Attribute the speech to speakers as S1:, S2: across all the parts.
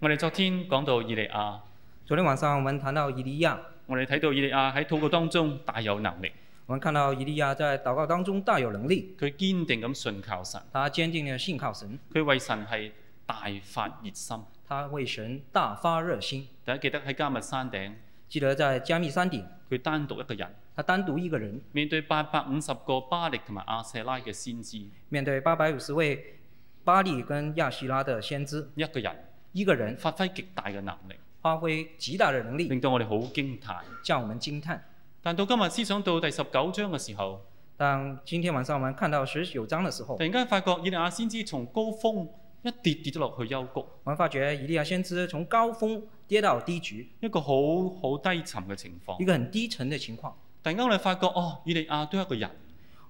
S1: 我哋昨天講到以利亞，
S2: 昨天晚上我们谈到以利亚，
S1: 我哋睇到以利亞喺禱告當中大有能力，
S2: 我们看到以利亚在祷告当中大有能力，
S1: 佢堅定咁信靠神，
S2: 他坚定的信靠神，
S1: 佢為神係大發熱心。
S2: 他为神大发热心。
S1: 大家記得喺加密山頂，
S2: 记得在加密山顶，
S1: 佢單獨一個人
S2: 他單獨一个人
S1: 面對八百五十個巴力同埋亞舍拉嘅先知，
S2: 面对八百五十位巴利跟亚希拉的先知，
S1: 一個人
S2: 一个人
S1: 發揮極大嘅能力，
S2: 发挥极大的能力，
S1: 令到我哋好驚歎。
S2: 让我们惊叹。
S1: 但到今日思想到第十九章嘅時候，
S2: 当今天晚上我們看到十九章的时候
S1: 突，然間發覺以利亞先知從高峰一跌跌咗落去幽谷，
S2: 我們發覺以利亞先知從高峰跌到低局，
S1: 一個好好低沉嘅情況
S2: 一。個很低沉的情況。
S1: 突然間我哋發覺，哦，以利亞都係一個人，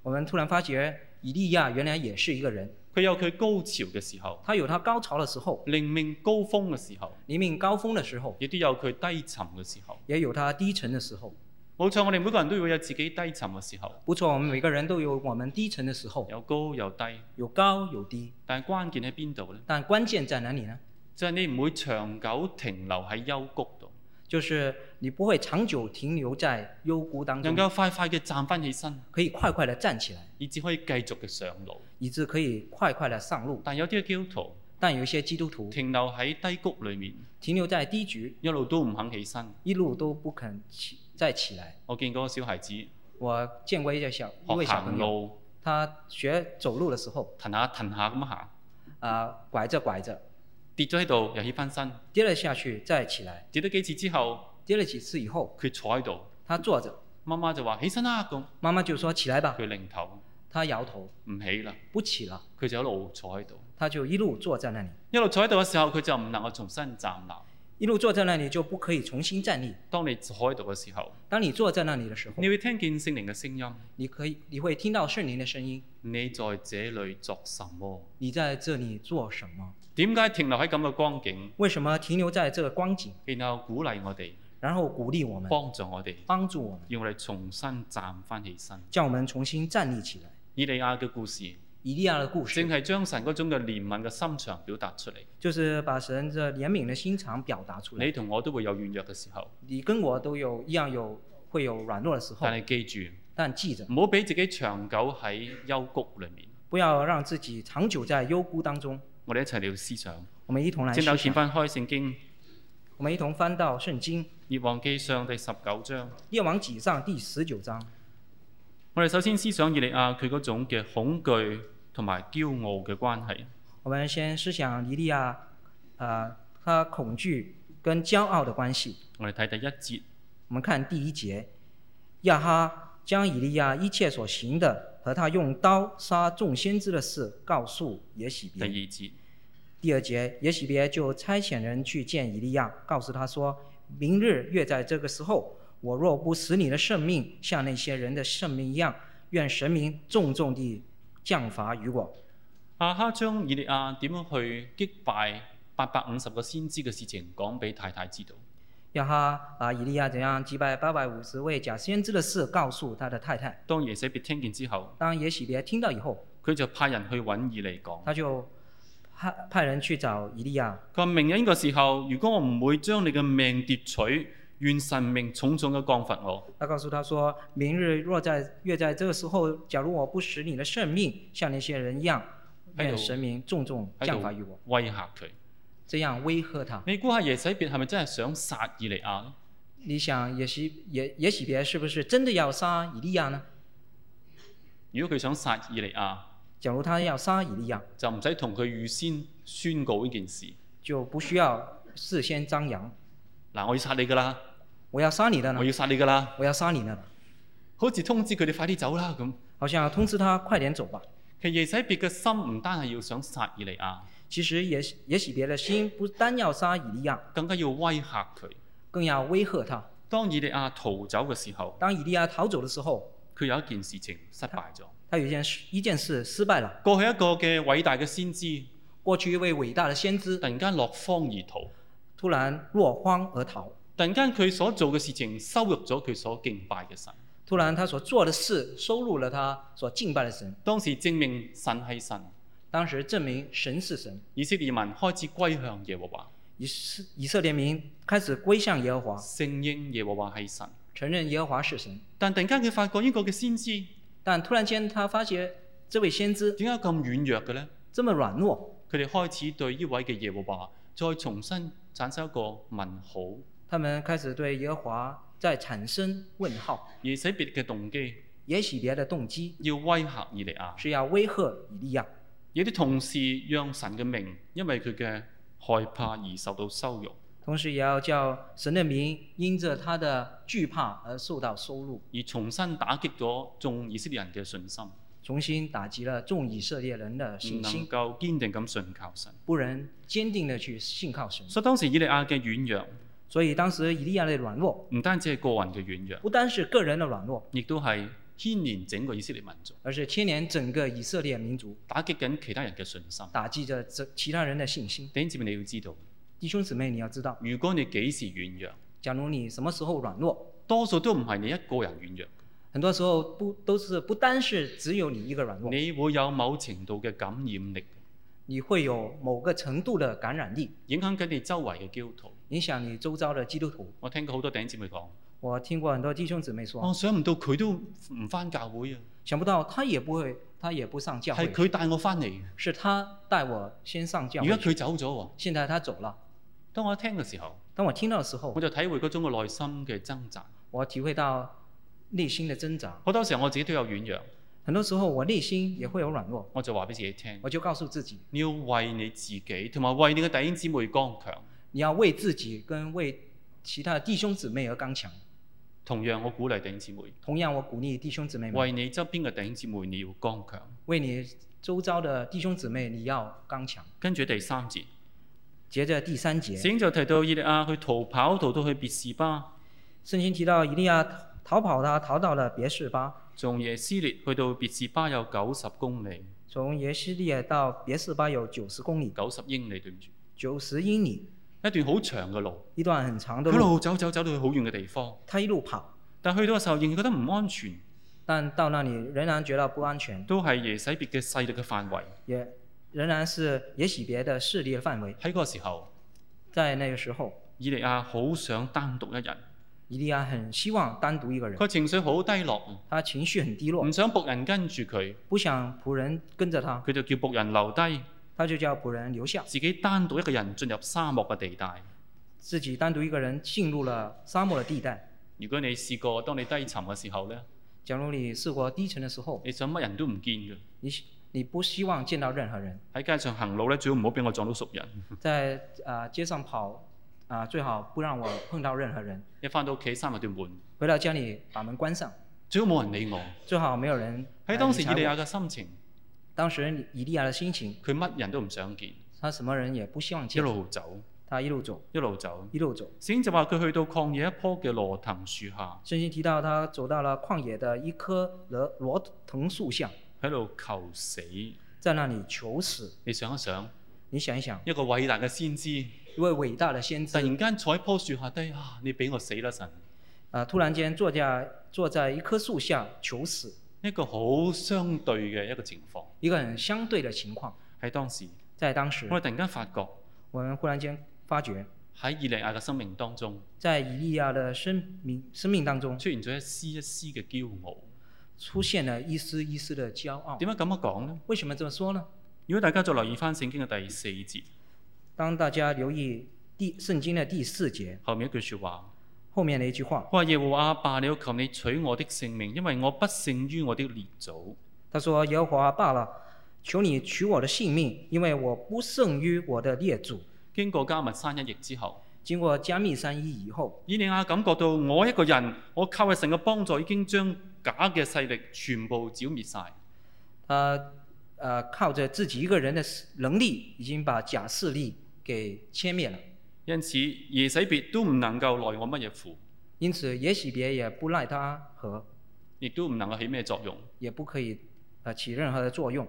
S2: 我們突然發覺以利亞原來也是一個人，
S1: 佢有佢高潮嘅時候，
S2: 他有他高潮的时候，
S1: 靈命高峰嘅時候，
S2: 靈命高峰的时候，
S1: 亦都有佢低沉嘅時候。
S2: 也有他低沉的时候。
S1: 冇錯，我哋每個人都會有自己低沉嘅時候，
S2: 不錯，我們每個人都有我們低沉的時候，
S1: 有高有低。
S2: 有高有低，
S1: 但係關鍵喺邊度呢？
S2: 但關鍵在哪裡呢？
S1: 就係、你唔會長久停留喺幽谷度，
S2: 就是你不会長久停留在幽谷當
S1: 能
S2: 中，
S1: 夠快快嘅站翻起身，
S2: 可以快快的站起來，
S1: 以至可以繼續嘅上路。
S2: 以致可以快快的上路。
S1: 但有啲嘅基督徒
S2: 但有一些基督徒
S1: 停留喺低谷裏面，
S2: 停留在低局，
S1: 一路都唔肯起身。
S2: 一路都不肯起再起来。
S1: 我見嗰個小孩子學
S2: 我見過一个小一位小
S1: 行
S2: 朋友，
S1: 路，
S2: 他學走路的時候，
S1: 騰下騰下咁行，
S2: 啊、拐着拐着
S1: 跌咗喺度又起翻身，
S2: 跌了下去，再起來，
S1: 跌咗幾次之後，
S2: 跌了幾次以後，
S1: 佢坐喺度，
S2: 他坐着，
S1: 媽媽就話起身啦咁，
S2: 媽媽就說起來吧，
S1: 佢擰頭
S2: 他搖頭
S1: 唔起啦，
S2: 不起了，
S1: 佢就一路坐喺度，
S2: 他就一路坐在那裡，
S1: 一路坐喺度嘅時候，佢就唔能夠重新站立。
S2: 一路坐在那裡就不可以重新站立。
S1: 當你坐喺度嘅時候，
S2: 當你坐在那裡的時候
S1: 你，會聽見聖靈嘅聲音。
S2: 你可以你會聽到聖靈的聲音，
S1: 你在這裏作什麼？
S2: 你在這裡做什麼？
S1: 點解停留喺咁嘅光景？
S2: 為什麼停留在這個光景？
S1: 然後鼓勵我哋，
S2: 然後鼓勵我們，
S1: 幫助我哋，
S2: 幫助我們，
S1: 要我哋重新站翻起身。
S2: 叫我們重新站立起來。
S1: 以利亞嘅故事，
S2: 以利亞的故事
S1: 正。係將神嗰種嘅憐憫嘅心腸表達出嚟。
S2: 就是把神这怜悯的心肠表达出
S1: 你
S2: 来。
S1: 同我都會有軟弱嘅時候，
S2: 你跟我都有一样有会有软弱的时候，
S1: 但係記
S2: 但记着
S1: 住，唔好俾自己長久喺幽谷裏面。
S2: 不要让自己长久在幽谷当中。
S1: 我哋一齊嚟到思想，
S2: 我们一同来思
S1: 轉頭前
S2: 想，
S1: 翻開聖經《
S2: 我们一同翻到圣经《
S1: 列王記上》第十九章。
S2: 列王纪上》第十九章。
S1: 我哋首先思想以利亞佢嗰種嘅恐懼同埋驕傲嘅關係。
S2: 我们先思想以利亚，呃，他恐惧跟骄傲的关系。
S1: 我哋睇第一節。
S2: 我们看第一节，亚哈将以利亚一切所行的和他用刀杀众先知的事告诉耶洗
S1: 第
S2: 别
S1: 二。節，
S2: 嗯第二节，耶洗别就差遣人去见以利亚，告诉他说：“明日约在这个时候，我若不使你的圣命像那些人的圣命一样，愿神明重重地降罚于我。
S1: 亞哈將以利亞點樣去擊敗八百五十個先知嘅事情講俾太太知道。”
S2: 亚哈啊，以利亚怎样击败八百五十位假先知的事，告诉他的太太。
S1: 當耶洗別聽見之後，
S2: 当耶洗别聽到以后，
S1: 佢就派人去揾以利講：
S2: 他就派派人去找以利亚，
S1: 佢話明日呢個時候，如果我唔會將你嘅命奪取，願神命重重嘅降罰我。
S2: 他告诉他说：“明日若在约在这个时候，假如我不使你的圣命像那些人一样，
S1: 哎呦
S2: 愿神明重重
S1: 喺
S2: 降罚于我。
S1: 度威嚇佢。”
S2: 这样威吓他。
S1: 你估下耶洗別係咪真係想殺以利亞呢？
S2: 你想也许也也许别是不是真的要杀以利亚呢？
S1: 如果佢想殺以利亞，
S2: 假如他要杀以利亚，
S1: 就唔使同佢預先宣告呢件事。
S2: 就不需要事先张扬，
S1: 嗱，我要殺你㗎啦，
S2: 我要杀你的呢
S1: 我，要殺你㗎啦，
S2: 我要杀你的呢，
S1: 好似通知佢哋快啲走啦咁。
S2: 好像通知他快点走吧。
S1: 其實耶洗別嘅心唔單係要想殺以利亞，
S2: 其实也许也许别的心不单要杀以利亚，
S1: 更加要威嚇佢。
S2: 更要威吓他。
S1: 當以利亞逃走嘅時候，
S2: 当以利亚逃走的时候，
S1: 佢有一件事情失敗咗。
S2: 他有一件事一件事失败了。
S1: 過去一個嘅偉大嘅先知，
S2: 过去一位伟大的先知
S1: 突然間落荒而逃，
S2: 突然落荒而逃，
S1: 突然間佢所做嘅事情羞辱咗佢所敬拜嘅神。
S2: 突然他所做的事收入了他所敬拜的神。
S1: 當時證明神係神，
S2: 当时证明神是神，
S1: 以色列民開始歸向耶和華，
S2: 以色以色列民开始归向耶和华，
S1: 承認耶和華係神。
S2: 承认耶和华是神。
S1: 但突然間佢發覺呢個嘅先知
S2: 但突然间，他发觉这位先知
S1: 點解咁軟弱嘅呢？
S2: 这么软弱，
S1: 佢哋開始對呢位嘅耶和華再重新產生一個問號，
S2: 他们开始对耶和华在产生问号。
S1: 而使別嘅動機
S2: 也许别的动机
S1: 要威嚇以利亞，
S2: 是要威吓以利亚，
S1: 有啲同事讓神嘅名因為佢嘅害怕而受到羞辱，
S2: 同时也要叫神的名因着他的惧怕而受到收入，
S1: 而重新打擊咗眾以色列人嘅信心，
S2: 重新打击了众以色列人的
S1: 唔
S2: 信
S1: 能
S2: 心，
S1: 夠堅定咁信靠神。
S2: 不能坚定的去信靠神。
S1: 所以當時以利亞嘅軟弱，
S2: 所以当时以利亚的软弱，
S1: 唔單止係個人嘅軟弱，
S2: 不单是个人的软弱，
S1: 亦都係牽連整個以色列民族，
S2: 而是牵连整个以色列民族，
S1: 打擊緊其他人嘅信心。
S2: 打击着这其他人的信心。
S1: 弟兄姊妹，你要知道，
S2: 弟兄姊妹，你要知道，
S1: 如果你幾時軟弱，
S2: 假如你什么时候软弱，
S1: 多數都唔係你一個人軟弱。
S2: 很多时候不都是不单是只有你一个软弱，
S1: 你會有某程度嘅感染力，
S2: 你会有某个程度的感染力，
S1: 影響緊你周圍嘅基督徒。
S2: 影响你周遭的基督徒。
S1: 我聽過好多弟兄姊妹講，
S2: 我听过很多弟兄姊妹说，
S1: 我想唔到佢都唔翻教會啊，
S2: 想不到他也不会，他也不上教
S1: 係
S2: 会，
S1: 佢帶我翻嚟嘅。
S2: 是他带我先上教
S1: 而家
S2: 会。
S1: 佢走咗喎。
S2: 现在他走了，
S1: 當我一聽嘅時候，
S2: 当我听到的时候
S1: 我，就體會嗰種嘅內心嘅掙扎。
S2: 我体会到内心的挣扎。
S1: 好多時候我自己都有軟弱，
S2: 很多时候我内心也会有软弱，
S1: 我就話俾自己聽：
S2: 我就告诉自己，
S1: 你要為你自己同埋為你嘅弟兄姊妹剛強。
S2: 你要为自己跟为其他弟兄姊妹而刚强。
S1: 同樣，我鼓勵弟兄姊妹，
S2: 同样，我鼓励弟兄姊妹们，
S1: 為你側邊嘅弟兄姊妹你要剛強。
S2: 为你周遭的弟兄姊妹，你要刚强。
S1: 跟住第三節，
S2: 接着第三节，
S1: 聖經就提到以利亞去逃跑，逃到去別是巴，
S2: 圣经提到以利亚逃跑他逃到了别是巴，
S1: 從耶斯列去到別是巴有九十公里，
S2: 从耶斯列到别是巴有九十公里，
S1: 九十英里對唔住，
S2: 九十英里，
S1: 一段好長嘅路，
S2: 一段很长的
S1: 佢一
S2: 路。
S1: 路走走走到去好遠嘅地方，
S2: 他一路跑，
S1: 但去到嘅時候仍然覺得唔安全，
S2: 但到那里仍然觉得不安全，
S1: 都係耶洗別嘅勢力嘅範圍。
S2: 也仍然是也许别的势力的范围。
S1: 喺嗰個時候，
S2: 在那个時候，
S1: 以利亞好想單獨一人，
S2: 以利亚很希望单独一个人，
S1: 佢情緒好低落，
S2: 他情绪很低落
S1: 唔，想仆人跟住佢，
S2: 不想仆人跟着他，
S1: 佢就叫仆人留低，
S2: 他就叫仆人留下，
S1: 自己單獨一個人進入沙漠嘅地帶。
S2: 自己单独一个人进入了沙漠的地带。
S1: 如果你試過當你低沉嘅時候呢，
S2: 假如你试過低沉的时候，
S1: 你想乜人都唔見嘅。
S2: 你你不希望见到任何人，
S1: 喺街上行路呢，最好唔好俾我撞到熟人。
S2: 在啊、呃街上跑啊、最好不让我碰到任何人。
S1: 一翻到屋企閂埋對門，
S2: 回到家里把门关上，
S1: 最好冇人理我。
S2: 最好没有人呃来
S1: 喺當時
S2: 理
S1: 以
S2: 睬
S1: 利
S2: 我
S1: 亞嘅心情，
S2: 当时以利亚的心情，
S1: 佢乜人都唔想見，
S2: 他什么人也不希望
S1: 一
S2: 见，
S1: 路走，
S2: 他一路走，
S1: 一路走。
S2: 一路走。
S1: 聖經就話佢去到曠野一棵嘅羅藤樹下，
S2: 圣经提到他走到了旷野的一棵罗罗藤树下，
S1: 喺度求死。
S2: 在那里求死。
S1: 你想一想，
S2: 你想一想，
S1: 一個偉大嘅先知，
S2: 一位伟大的先
S1: 突
S2: 知，
S1: 然間坐喺棵樹下低啊！你俾我死啦，神！
S2: 啊，突然间坐在坐在一棵树下求死，
S1: 一個好相對嘅一個情況
S2: 一个很相对的情况。
S1: 喺當時，
S2: 在当时
S1: 我，哋突然間發覺
S2: 我们忽然间发觉，
S1: 喺以利亞嘅生命當中
S2: 在以利亚的生命生命当中，
S1: 出現咗一絲一絲嘅驕傲。
S2: 出现了一丝一丝的骄傲。
S1: 點解咁樣講呢？
S2: 为什么这么说呢？
S1: 如果大家再留意翻聖經嘅第四節
S2: 当大家留意第圣经的第四节
S1: 後面一句説話，
S2: 后面的一句话
S1: 佢，話耶和華罷了，求你取我的性命，因為我不勝於我的列祖。
S2: 他说：“耶和华罢了，求你取我的性命，因为我不胜于我的列祖。”
S1: 經過加密山一役之後，
S2: 经过加密山一以后，
S1: 以利亞感覺到我一個人，我靠嘅神嘅幫助已經將假嘅勢力全部剿滅晒。
S2: 他呃靠着自己一个人的能力，已经把假势力给歼灭了。
S1: 因此耶洗別都唔能夠奈我乜嘢苦，
S2: 因此，也许别也不赖他和，
S1: 亦都唔能夠起咩作用。
S2: 也不可以呃起任何的作用。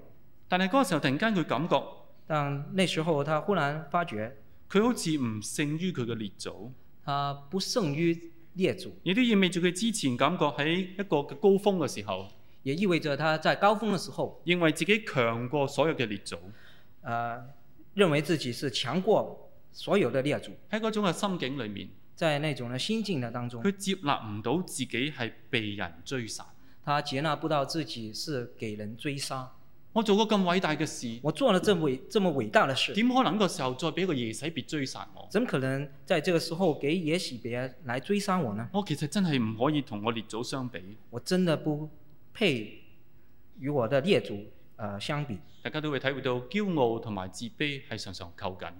S1: 但係嗰個時候突然間佢感覺
S2: 但那时候他忽然发觉，
S1: 佢好似唔勝於佢嘅列祖，
S2: 他不胜于列祖，
S1: 亦都意味住佢之前感覺喺一個嘅高峰嘅時候，
S2: 也意味着他在高峰的时候，
S1: 認為自己強過所有嘅列祖。
S2: 呃，认为自己是强过所有的列祖，
S1: 喺嗰種嘅心境裏面，
S2: 在那種的心境的当中，
S1: 佢接納唔到自己係被人追殺。
S2: 他接纳不到自己是给人追杀。
S1: 我做過咁偉大嘅事，
S2: 我做了这么伟这么伟大的事，
S1: 點可能嗰個時候再俾個夜洗別追殺我？
S2: 怎可能在这个时候给也许别人来追杀我呢？
S1: 我其實真係唔可以同我列祖相比。
S2: 我真的不配与我的列祖呃相比。
S1: 大家都會體會到驕傲同埋自卑係常常扣緊。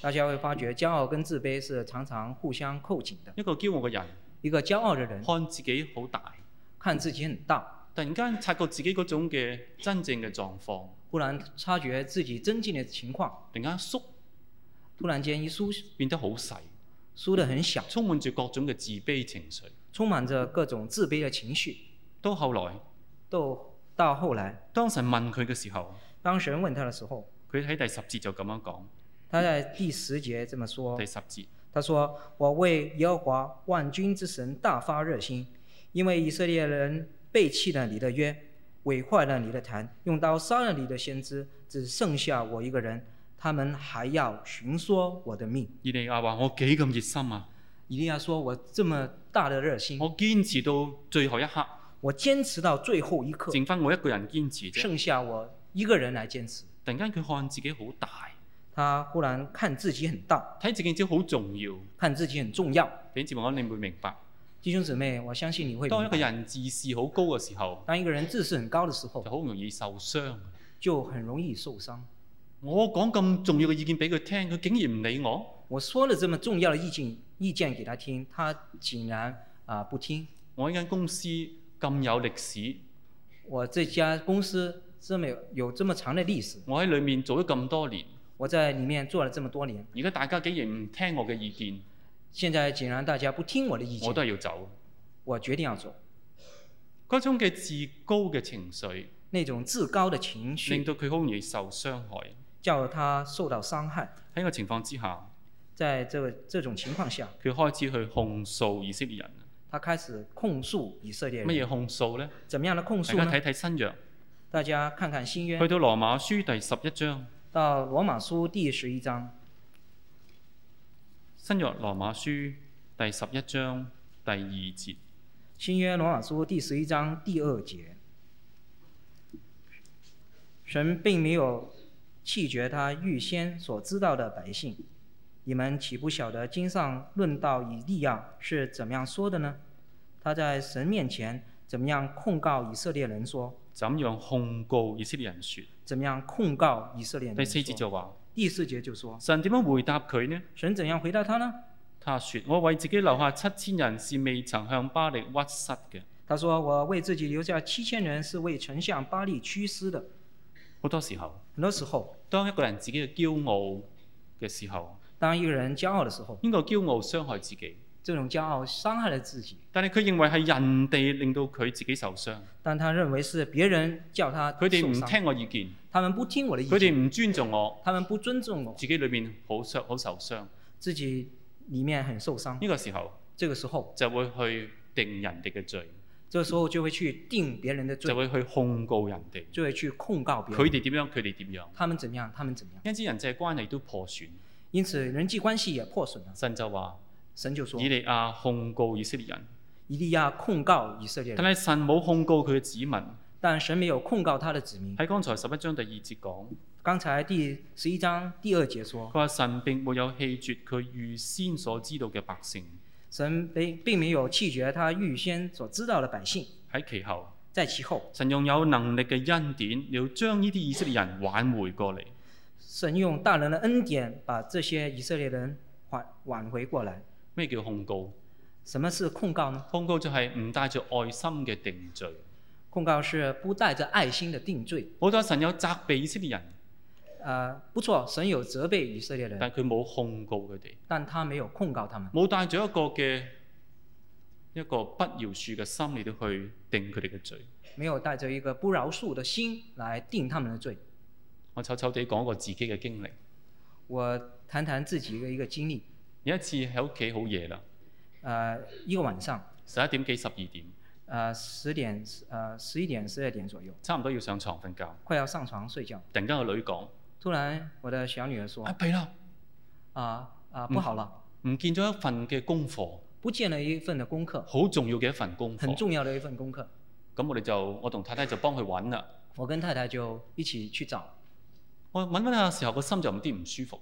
S2: 大家会发觉，骄傲跟自卑是常常互相扣紧的。
S1: 一個驕傲嘅人
S2: 一个骄傲的人
S1: 看自己好大，
S2: 看自己很大，
S1: 突然間察覺自己嗰種嘅真正嘅狀況，
S2: 忽然察觉自己真正的情况，
S1: 突然間縮
S2: 突然间一缩
S1: 變得好細，
S2: 缩得很小，
S1: 充滿住各種嘅自卑情緒。
S2: 充满着各种自卑的情绪。
S1: 到後來，
S2: 到到后来，
S1: 當神問佢嘅時候，
S2: 当神问他的时候，
S1: 佢喺第十節就咁樣講。
S2: 他在第十节这么说
S1: 第：“十節，
S2: 他说，我为耶和华万军之神大发热心，因为以色列人背弃了你的约，毁坏了你的坛，用刀杀了你的先知，只剩下我一个人，他们还要寻索我的命。”
S1: 以利亞話：我幾咁熱心啊！
S2: 以利亚说：“我这么大的热心，
S1: 我堅持到最後一刻，
S2: 我坚持到最后一刻，
S1: 剩翻我一個人堅持啫。
S2: 剩下我一个人来坚持。
S1: 突然間佢看自己好大，”
S2: 他忽然看自己很大，
S1: 睇自己好重要。
S2: 看自己很重要。
S1: 弟兄姊妹，我諗你會明白。
S2: 弟兄姊妹，我相信你会
S1: 當
S2: 明
S1: 一個
S2: 白，哦
S1: 人自視好高嘅時候，
S2: 当一个人自视很高的时候
S1: 就，好容易受傷。
S2: 就很容易受伤。
S1: 我講咁重要嘅意見俾佢聽，佢竟然唔理我，
S2: 我说了这么重要的意见意见给他听，他竟然啊、不听。
S1: 我呢間公司咁有歷史，
S2: 我这家公司这么有有这么长的历史，
S1: 我喺裏面做咗咁多年，
S2: 我在里面做了这么多年，
S1: 而家大家竟然唔聽我嘅意見，
S2: 现在竟然大家不听我的意
S1: 我都
S2: 见，
S1: 係要走。
S2: 我决定要走。
S1: 嗰種嘅自高嘅情緒，
S2: 那种至高的情绪
S1: 令到佢好容易受傷害。
S2: 叫他受到伤害。
S1: 喺個情況之下，
S2: 在这个这种情况下，
S1: 佢開始去控訴以色列人。
S2: 他开始控诉以色列人。
S1: 乜嘢控訴呢？
S2: 怎么样的
S1: 大
S2: 控诉
S1: 家
S2: 呢？
S1: 睇睇新約，
S2: 大家看看新约
S1: 去到羅馬書第十一章，
S2: 到罗马书第十一章，
S1: 新約羅馬書第十一章第二節。
S2: 新约罗马书第十一章第二节，神并没有弃绝他预先所知道的百姓。你们岂不晓得经上论到以利亚是怎么样说的呢？他在神面前怎么样控告以色列人说：
S1: 怎樣控告以色列人説？
S2: 怎么样控告以色列人
S1: 第
S2: 说？
S1: 四節就話：
S2: 第四节就说，
S1: 神點樣回答佢呢？
S2: 神怎样回答他呢？
S1: 他説：我為自己留下七千人是未曾向巴力屈膝嘅。
S2: 他说：“我为自己留下七千人，是为丞相巴利屈膝的。”
S1: 好多時候，
S2: 很多时候，
S1: 當一個人自己嘅驕傲嘅時候，
S2: 当一个人骄傲的时候，
S1: 呢個驕傲傷害自己，
S2: 这种骄傲伤害了自己，
S1: 但係佢認為係人哋令到佢自己受傷，
S2: 但他认为是别人叫他
S1: 佢哋唔
S2: 受伤，
S1: 聽我意見，
S2: 他们不听我的意
S1: 佢哋
S2: 见，
S1: 唔尊重我，
S2: 他们不尊重我，
S1: 自己裏面好傷好受傷。呢、
S2: 自己里面很受伤。
S1: 個時候
S2: 这个时候，
S1: 就會去定人哋嘅罪，
S2: 这个时候就会去定别人的
S1: 就
S2: 罪，
S1: 會去控告人哋，
S2: 就会去控告别
S1: 佢
S2: 人，
S1: 哋點樣，佢哋點樣，
S2: 他们怎样，他们怎样。
S1: 因此人際關係都破損。
S2: 因此，人际关系也破损了。
S1: 神就話：
S2: 神就说
S1: 以利亞控告以色列人，
S2: 一定要控告以色列
S1: 但
S2: 人，
S1: 係神冇控告佢嘅子民。
S2: 但神没有控告他的子民。
S1: 喺剛才十一章第二節講，
S2: 刚才第十一章第二节
S1: 佢
S2: 说，
S1: 話神並沒有棄絕佢預先所知道嘅百姓。
S2: 神并并没有弃绝他预先所知道的百姓，
S1: 喺其後，
S2: 在其后，
S1: 神用有能力嘅恩典，要將呢啲以色列人挽回過嚟。
S2: 神用大人的恩典把这些以色列人挽挽回过来。
S1: 咩叫控告？
S2: 什么是控告呢？
S1: 控告就係唔帶住愛心嘅定罪。
S2: 控告是不带着爱心的定罪。
S1: 好多神有責備以色列人，
S2: 呃，不错，神有责备以色列
S1: 但
S2: 人，
S1: 佢冇控告佢哋，
S2: 但他没有控告他们，
S1: 冇帶住一個嘅一個不饒恕嘅心嚟到去定佢哋嘅罪。
S2: 没有带着一个不饶恕的心来定他们的罪。
S1: 我醜醜地講個自己嘅經歷。
S2: 我谈谈自己的一个经历。
S1: 有一次喺屋企好夜啦，
S2: 呃，一个晚上，
S1: 十一點幾十二點，
S2: 呃，十点，呃，十一点、十二点左右，
S1: 差唔多要上床瞓覺。
S2: 快要上床睡觉。
S1: 突然間個女講：
S2: 突然，我的小女儿说
S1: 啊弊啦，
S2: 啊啊不好了，
S1: 唔見咗一份嘅功課，
S2: 不见了一份的功课，
S1: 好重要嘅一份功
S2: 啊很
S1: 課。
S2: 重要的一份功课。
S1: 咁我哋就我同太太就幫佢揾啦。
S2: 我跟太太就一起去找，
S1: 我揾揾下時候個心就有啲唔舒服。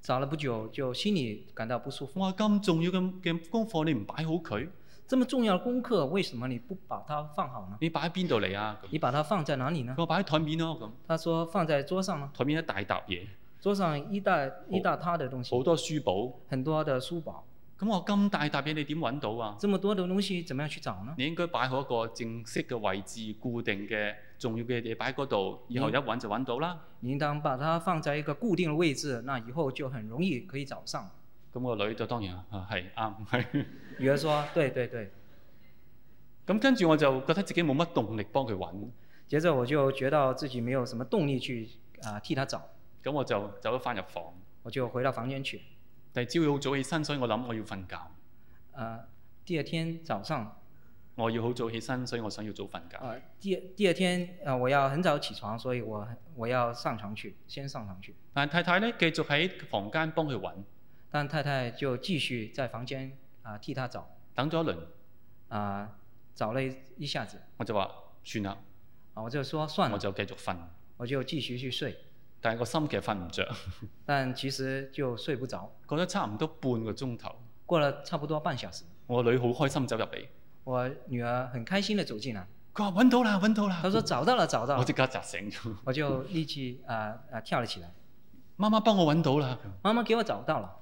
S2: 找了不久就心里感到不舒服。
S1: 我話咁重要嘅嘅功課你唔擺好佢，
S2: 这么重要的功課，為什麼你不把它放好呢？
S1: 你擺喺邊度嚟啊？咁
S2: 你把它放在哪裡呢
S1: 佢？話擺喺台面咯，咁
S2: 他說放在桌上呢，
S1: 台面一大沓嘢，
S2: 桌上一大一大沓的東
S1: 好
S2: 西，
S1: 多書簿。
S2: 很多的書寶，
S1: 咁我話咁大沓嘢你點揾到啊？
S2: 這麼多的東西，怎麼樣去找呢？
S1: 你應該擺好一個正式嘅位置，固定嘅重要嘅嘢擺喺嗰度，以後一揾就揾到啦。
S2: 你應當把它放在一個固定的位置，那以後就很容易可以找上。
S1: 咁個女就當然啊係啱係。
S2: 女兒說：對對對。
S1: 咁跟住我就覺得自己冇乜動力幫佢揾，
S2: 接着我就觉得自己沒有什麼動力去啊、替他找，
S1: 咁我就走咗翻入房。
S2: 我就回到房間去。
S1: 第二朝要好早起身，所以我諗我要瞓覺。
S2: 呃，第二天早上，
S1: 我要好早起身，所以我想要早瞓覺。
S2: 呃，第第二天呃我要很早起床，所以我我要上床去，先上床去。
S1: 但太太咧繼續喺房間幫佢揾，
S2: 但太太就继续在房間啊、替他找
S1: 等咗一輪，
S2: 啊、找了一一下子
S1: 我就話算啦，
S2: 啊，我就說算
S1: 我
S2: 了，
S1: 就繼續瞓。
S2: 我就繼續去睡，
S1: 但係個心其實瞓唔着，
S2: 但其實就睡不着。
S1: 過咗差唔多半個鐘頭，
S2: 過了差不多半小時，
S1: 我個女好開心走入嚟，
S2: 我女兒很開心的走進來，
S1: 佢話揾到啦，揾到啦。
S2: 她說找到了，找到
S1: 我
S2: 了
S1: 即，刻扎醒咗，
S2: 我就立即啊啊、跳了起來。
S1: 媽媽幫我揾到啦。
S2: 妈妈给我找到了。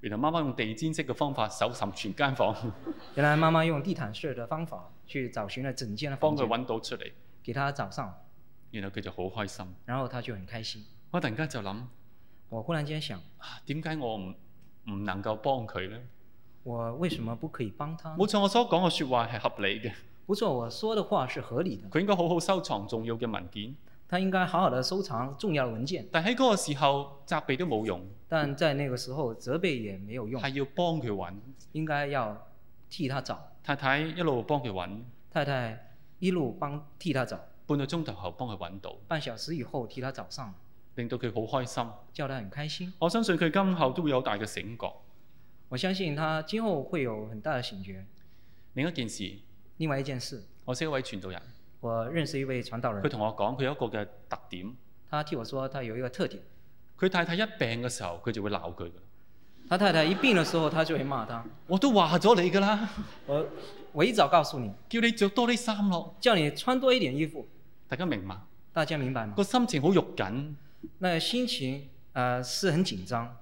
S1: 原來媽媽用地氈式嘅方法搜尋全間房，
S2: 原来妈妈用地毯式的方法去找寻了整间的
S1: 幫
S2: 房
S1: 佢
S2: 间，
S1: 揾到出嚟，
S2: 给她找上，
S1: 然後佢就好開心。
S2: 然后她就很開心。
S1: 我突然間就諗
S2: 我忽然間想，
S1: 啊，點解我唔唔能夠幫佢呢？
S2: 我為什麼不可以幫她呢？
S1: 冇錯，我所講嘅説話係合理嘅，
S2: 不錯，我说的話是合理的，
S1: 佢應該好好收藏重要嘅文件。
S2: 她應該好好的收藏重要的文件，
S1: 但喺嗰個時候責備都冇用，
S2: 但在那個時候責備也沒有用，
S1: 係要幫佢揾。
S2: 應該要替她找。
S1: 太太一路幫佢揾，
S2: 太太一路幫替她找，
S1: 半個鐘頭後幫佢揾到，
S2: 半小時以後替她找上，
S1: 令到佢好開心。
S2: 叫她很開心。
S1: 我相信佢今後都會有大嘅醒覺。
S2: 我相信她今後會有很大的醒覺。
S1: 另一件事，
S2: 另外一件事，
S1: 我識一位傳道人，
S2: 我認識一位傳道人
S1: 佢。同我講佢有一個嘅特點，
S2: 他替我说他有一个特点，
S1: 佢太太一病嘅時候，佢就會鬧佢㗎。
S2: 他太太一病的时候，他就會罵他。
S1: 我都話咗你㗎啦，
S2: 我我一早告訴你，
S1: 叫你着多啲衫咯。
S2: 叫你穿多一点衣服，
S1: 大家明嘛？
S2: 大家明白嗎
S1: 個？心情好肉緊，
S2: 那心情呃是很緊張，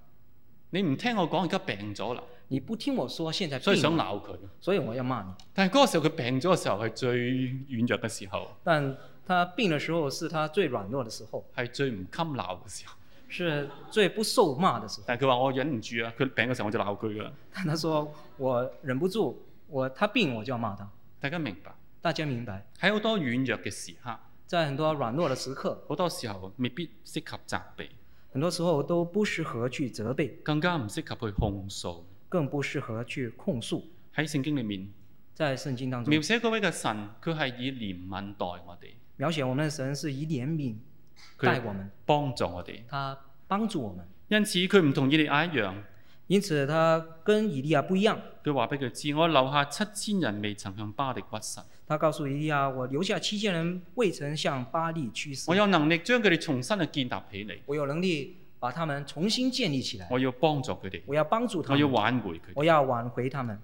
S1: 你唔聽我講，而家病咗啦，
S2: 你不聽我說，現在
S1: 所以
S2: 病
S1: 想
S2: 了，
S1: 鬧佢。
S2: 所以我要罵你。
S1: 但係嗰個時候佢病咗嘅時候係最軟弱嘅時候，
S2: 但他病的時候是他最軟弱的時候，
S1: 係最唔襟鬧嘅時候。
S2: 是最不受罵的時候。
S1: 但係佢話我忍唔住啊，佢病嘅時候我就鬧佢㗎啦。
S2: 但他說我忍不住，我他病我就要罵他。
S1: 大家明白？
S2: 大家明白，
S1: 喺好多軟弱嘅時刻，
S2: 在很多軟弱的時刻，
S1: 好多時候未必適合責備，
S2: 很多時候都不適合去責備，
S1: 更加唔適合去控訴。
S2: 更不適合去控訴。
S1: 喺聖經裏面
S2: 在聖經當中
S1: 描，寫嗰位嘅神，佢係以憐憫待我哋，
S2: 描寫我們的神是以憐憫待我
S1: 佢
S2: 們，
S1: 幫助我哋。
S2: 他幫助我們。
S1: 因此佢唔同以利亞一樣，
S2: 因此，他跟以利亞不一樣，
S1: 佢話俾佢知：我留下七千人未曾向巴力屈膝，
S2: 他告訴以利亞：“我留下七千人，未曾向巴利屈膝
S1: 我，有能力將佢哋重新去建立起嚟，
S2: 我有能力把他們重新建立起來，
S1: 我要幫助佢哋，
S2: 我要幫助他
S1: 我要
S2: 們，
S1: 挽回佢哋。
S2: 我要挽回他們。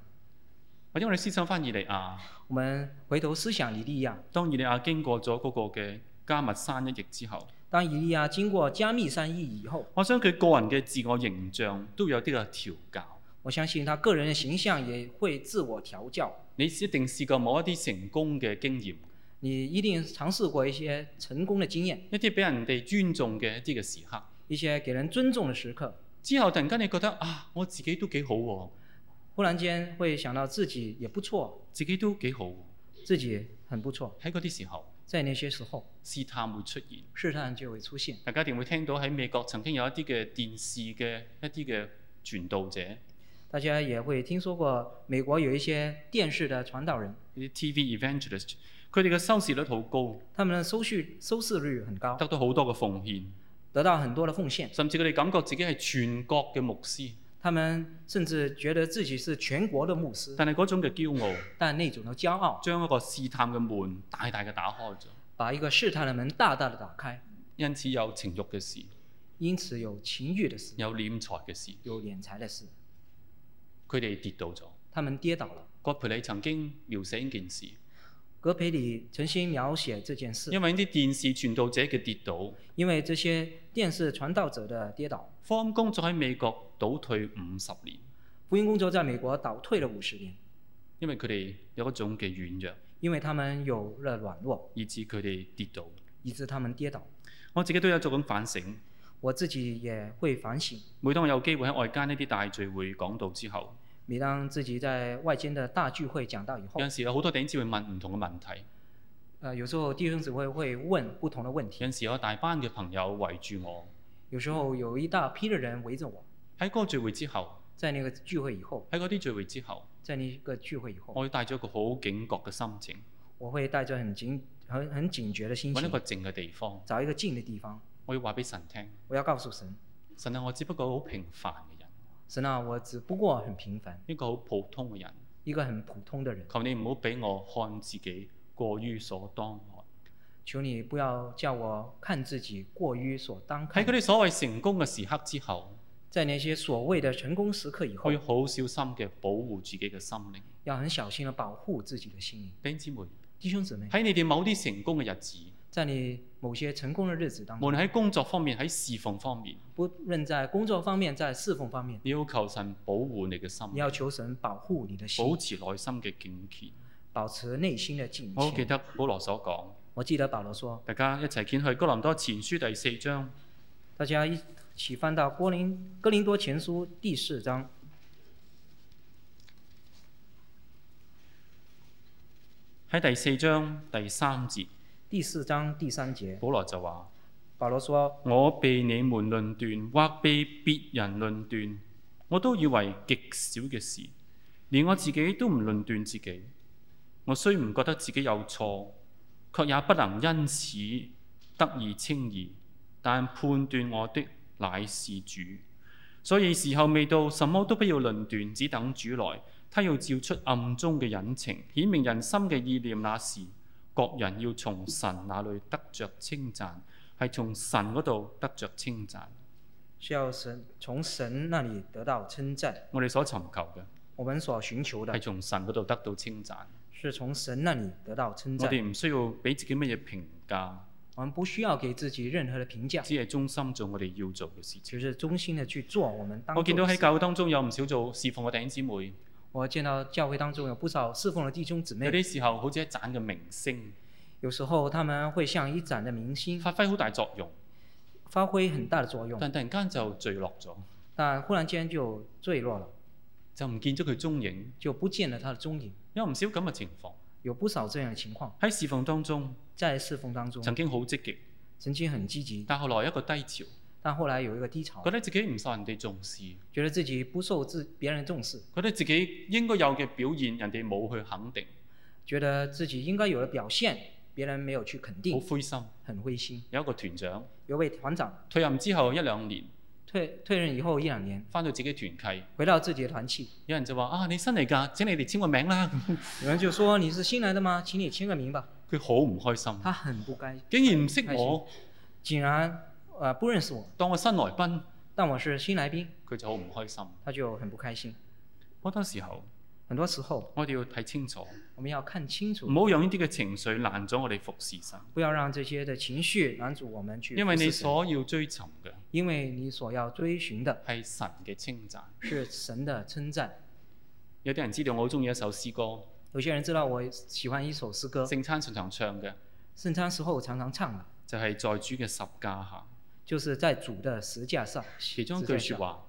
S1: 或者我哋思想翻以啊利亞，”
S2: 我們回頭思想以利亞，
S1: 當以利亞經過啊咗嗰個嘅加密山一役之後，
S2: 當以利亞經過加密山役以後，
S1: 我想佢個人嘅自我形象都有啲嘅調教。
S2: 我相信他個人的形象也會自我調教。
S1: 你一定試過某一啲成功嘅經驗，
S2: 你一定嘗試過一些成功的經驗，
S1: 一啲俾人哋尊重嘅一啲嘅時刻。
S2: 一些給人尊重的時刻。
S1: 之後突然間你覺得啊，我自己都幾好喎、
S2: 忽然間會想到自己也不錯，
S1: 自己都幾好喎、
S2: 自己很不錯。
S1: 喺嗰啲時候，
S2: 在那些時候，
S1: 試探會出現。
S2: 試探就會出現。
S1: 大家一定會聽到喺美國曾經有一啲嘅電視嘅一啲嘅傳道者，呢
S2: 大家也會聽說過，美國有一些電視的傳導人，
S1: 啲 TV evangelist，佢哋嘅收視率好高，
S2: 他們的收視收視率很高，
S1: 得到好多嘅奉獻，
S2: 得到很多的奉獻，
S1: 甚至佢哋感覺自己係全國嘅牧師。
S2: 他们甚至觉得自己是全国的牧师，
S1: 但係嗰種嘅驕傲，
S2: 但那种的骄傲
S1: 將一個試探嘅門大大嘅打開咗，
S2: 把一个试探的门大大的打开，
S1: 因此有情欲嘅事，
S2: 因此有情欲的事，
S1: 有斂財嘅事，
S2: 有敛财的事，
S1: 佢哋跌倒咗。
S2: 他们跌倒了。
S1: 葛培理曾經描寫呢件事，
S2: 格培里曾经描写这件事，
S1: 因為呢啲電視傳道者嘅跌倒，
S2: 因为这些电视传道者的跌倒，
S1: 福音工作喺美國倒退五十年，
S2: 福音工作在美国倒退了五十年，
S1: 因為佢哋有一種嘅軟弱，
S2: 因为他们有了软弱，
S1: 以致佢哋跌倒。
S2: 以致他们跌倒。
S1: 我自己都有做緊反省。
S2: 我自己也会反省，
S1: 每當我有機會喺外間呢啲大聚會講道之後，
S2: 每当自己在外间的大聚会讲到以后
S1: 有，陣時有好多弟兄姊妹問唔同嘅問題，
S2: 呃，有时候弟兄姊妹会问不同的问题，
S1: 有陣時有一大班嘅朋友圍住我。
S2: 有时候有一大批的人围着我，
S1: 喺嗰個聚會之後，
S2: 在那个聚会以后，
S1: 喺嗰啲聚會之後，
S2: 在那个聚会以后，
S1: 我要帶咗一個好警覺嘅心情，
S2: 我会带着很警、很很警觉的心
S1: 揾一個
S2: 情，
S1: 靜嘅地方，
S2: 找一个静的地方，
S1: 我要話俾神聽：
S2: 我要告诉神，
S1: 神啊，我只不過好平凡嘅人，
S2: 神啊，我只不过很平凡，
S1: 一個好普通嘅人，
S2: 一个很普通的人，
S1: 求你唔好俾我看自己過於所當外。
S2: 求你不要叫我看自己过于所当看
S1: 喺。嗰啲所謂成功嘅時刻之後，
S2: 在那些所谓的成功时刻以
S1: 我
S2: 后
S1: 要，好小心嘅保護自己嘅心靈。
S2: 要很小心的保护自己的心灵。
S1: 弟兄姊妹，
S2: 弟兄姊妹，
S1: 喺你哋某啲成功嘅日子，
S2: 在你某些成功的日子当
S1: 無
S2: 中，
S1: 論喺工作方面、喺侍奉方面，
S2: 不论在工作方面，在侍奉方面，
S1: 你要求神保護你嘅心
S2: 你，要求神保护你的
S1: 保
S2: 心，
S1: 持內心嘅敬虔。
S2: 保持内心的敬
S1: 我好記
S2: 虔。
S1: 得保羅所講，
S2: 我记得保罗说，
S1: 大家一齊見去《哥林多前書》第四章，
S2: 大家一起翻到哥林哥林多前书第四章，
S1: 喺第四章第三節，
S2: 第四章第三节，
S1: 保羅就話：
S2: 保罗说
S1: 我被你們論斷，或被別人論斷，我都以為極小嘅事，連我自己都唔論斷自己。我雖唔覺得自己有錯，卻也不能因此得以稱義。但判斷我的乃是主，所以時候未到，什麼都不要論斷，只等主來。他要照出暗中嘅隱情，顯明人心嘅意念。那時，各人要從神那裏得着稱讚，係從神嗰度得着稱讚。
S2: 是要神从神那里得到称赞，
S1: 我哋所尋求嘅
S2: 我们所寻求
S1: 係
S2: 的
S1: 從神嗰度得到稱讚。
S2: 是从神那里得到称
S1: 我
S2: 赞。
S1: 哋唔需要俾自己乜嘢評價，
S2: 我们不需要给自己任何的评价，
S1: 只係忠心做我哋要做嘅事情。
S2: 只是衷心的去做我们当
S1: 我
S2: 做
S1: 見到喺
S2: 的事。
S1: 教會當中有唔少做侍奉嘅弟兄姊妹，
S2: 我见到教會当中有不少侍奉的弟兄姊
S1: 有
S2: 妹，
S1: 啲時候好似一盞嘅明星，
S2: 有时候他们会像一盏的明星，
S1: 發揮好大作用，
S2: 发挥很大的作嗯用，
S1: 但突然間就墜落咗，
S2: 但忽然间就坠落了，
S1: 就唔見咗佢蹤影。
S2: 就不見了他的踪影。
S1: 有唔少咁嘅情況
S2: 有不少这样的情况，
S1: 喺侍奉當中，
S2: 在侍奉当中
S1: 曾經好積極，
S2: 曾经很积极，
S1: 但後來一個低潮，
S2: 但后来有一个低潮
S1: 覺，得自己唔受人哋重視，
S2: 觉得自己不受自别人重视，
S1: 覺得自己應該有嘅表現人哋冇去肯定，
S2: 觉得自己应该有的表现别人没有去肯
S1: 好
S2: 定，
S1: 灰心。
S2: 很灰心。
S1: 有一個團長
S2: 有位团长
S1: 退任之後一兩年，
S2: 退退任以后一两年，
S1: 翻到自己團契，
S2: 回到自己的團契，
S1: 有人就話：啊，你新嚟㗎，請你哋簽個名啦。
S2: 有人就说你是新来的吗？请你签个名吧。
S1: 佢好唔開心，
S2: 他很不该，
S1: 竟然唔識我，
S2: 竟然呃不认识我，
S1: 當我新來賓，
S2: 但我是新来宾，
S1: 佢就好唔開心。
S2: 他就很不开心。
S1: 好多時候，
S2: 很多时候
S1: 我哋要睇清楚，
S2: 我们要看清楚
S1: 唔，好讓呢啲嘅情緒攔咗我哋服侍神，
S2: 不要让这些的情绪拦阻我们去
S1: 因為你
S2: 服侍神
S1: 所要追尋嘅
S2: 因为你所要追寻的
S1: 係神嘅稱讚。
S2: 是神的称赞。
S1: 有啲人知道我好中意一首詩歌，
S2: 有些人知道我喜欢一首诗歌，
S1: 聖餐常常唱嘅
S2: 圣餐时候常常唱的，
S1: 就係、在主嘅十架下，
S2: 就是在主的十架上。
S1: 其中一
S2: 十
S1: 句
S2: 架
S1: 説
S2: 上，
S1: 話：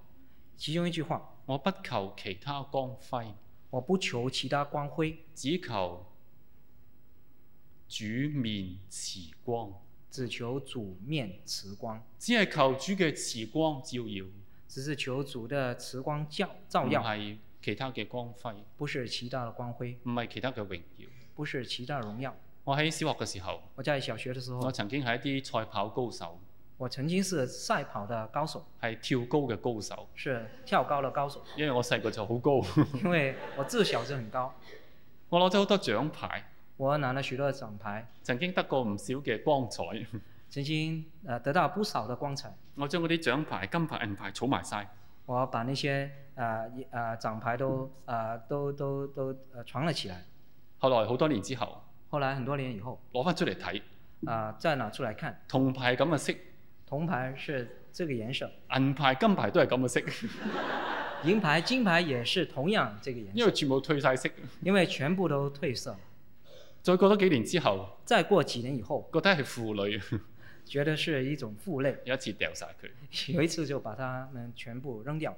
S2: 其中一句话：
S1: 我不求其他光輝，
S2: 我不求其他光辉，
S1: 只求主面慈光，
S2: 只求主面慈光，
S1: 只係求主嘅慈光照耀，唔
S2: 只是求主的慈光照照耀，
S1: 係其他嘅光輝，
S2: 不是其他的光辉，
S1: 唔係其他嘅榮耀。
S2: 不是其他的荣耀。
S1: 我喺小學嘅時候，
S2: 我在小学的时
S1: 我
S2: 候，
S1: 曾經係一啲賽跑高手，
S2: 我曾经是赛跑的高手，
S1: 係跳高嘅高手，
S2: 是跳高的高手，
S1: 因為我細個就好高，
S2: 因为我自小就很高，
S1: 我攞咗好多獎牌，
S2: 我拿了许多奖牌，
S1: 曾經得過唔少嘅光彩。
S2: 曾经呃得到不少的光彩。
S1: 我將嗰啲獎牌、金牌、銀牌儲埋晒，
S2: 我把那些呃一呃奖牌都呃都都都呃藏了起来。
S1: 後來好多年之後
S2: 后来很多年以后，
S1: 攞翻出嚟睇，
S2: 啊、再拿出来看，
S1: 銅牌咁嘅色，
S2: 铜牌是这个颜色，
S1: 銀牌、金牌都係咁嘅色，
S2: 银牌、金牌也是同样这个颜色，
S1: 因為全部退晒色。
S2: 因为全部都褪色了。
S1: 再過多幾年之後，
S2: 再過幾年以後，
S1: 覺得係負累，
S2: 覺得是一種負累，
S1: 有一次掉晒佢。
S2: 有一次就把它们全部扔掉。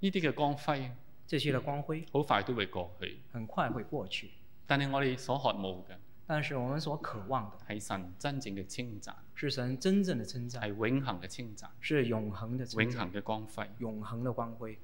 S1: 呢啲嘅光輝
S2: 这些的光辉
S1: 好快都會過去，
S2: 很快会过去，
S1: 但係我哋所渴慕嘅
S2: 但是我们所渴望的
S1: 係神真正嘅稱讚，
S2: 是神真正的称
S1: 係
S2: 赞，
S1: 永恆嘅稱讚，
S2: 是永恒的称
S1: 永
S2: 赞，
S1: 恆嘅光輝。
S2: 永恒的光辉。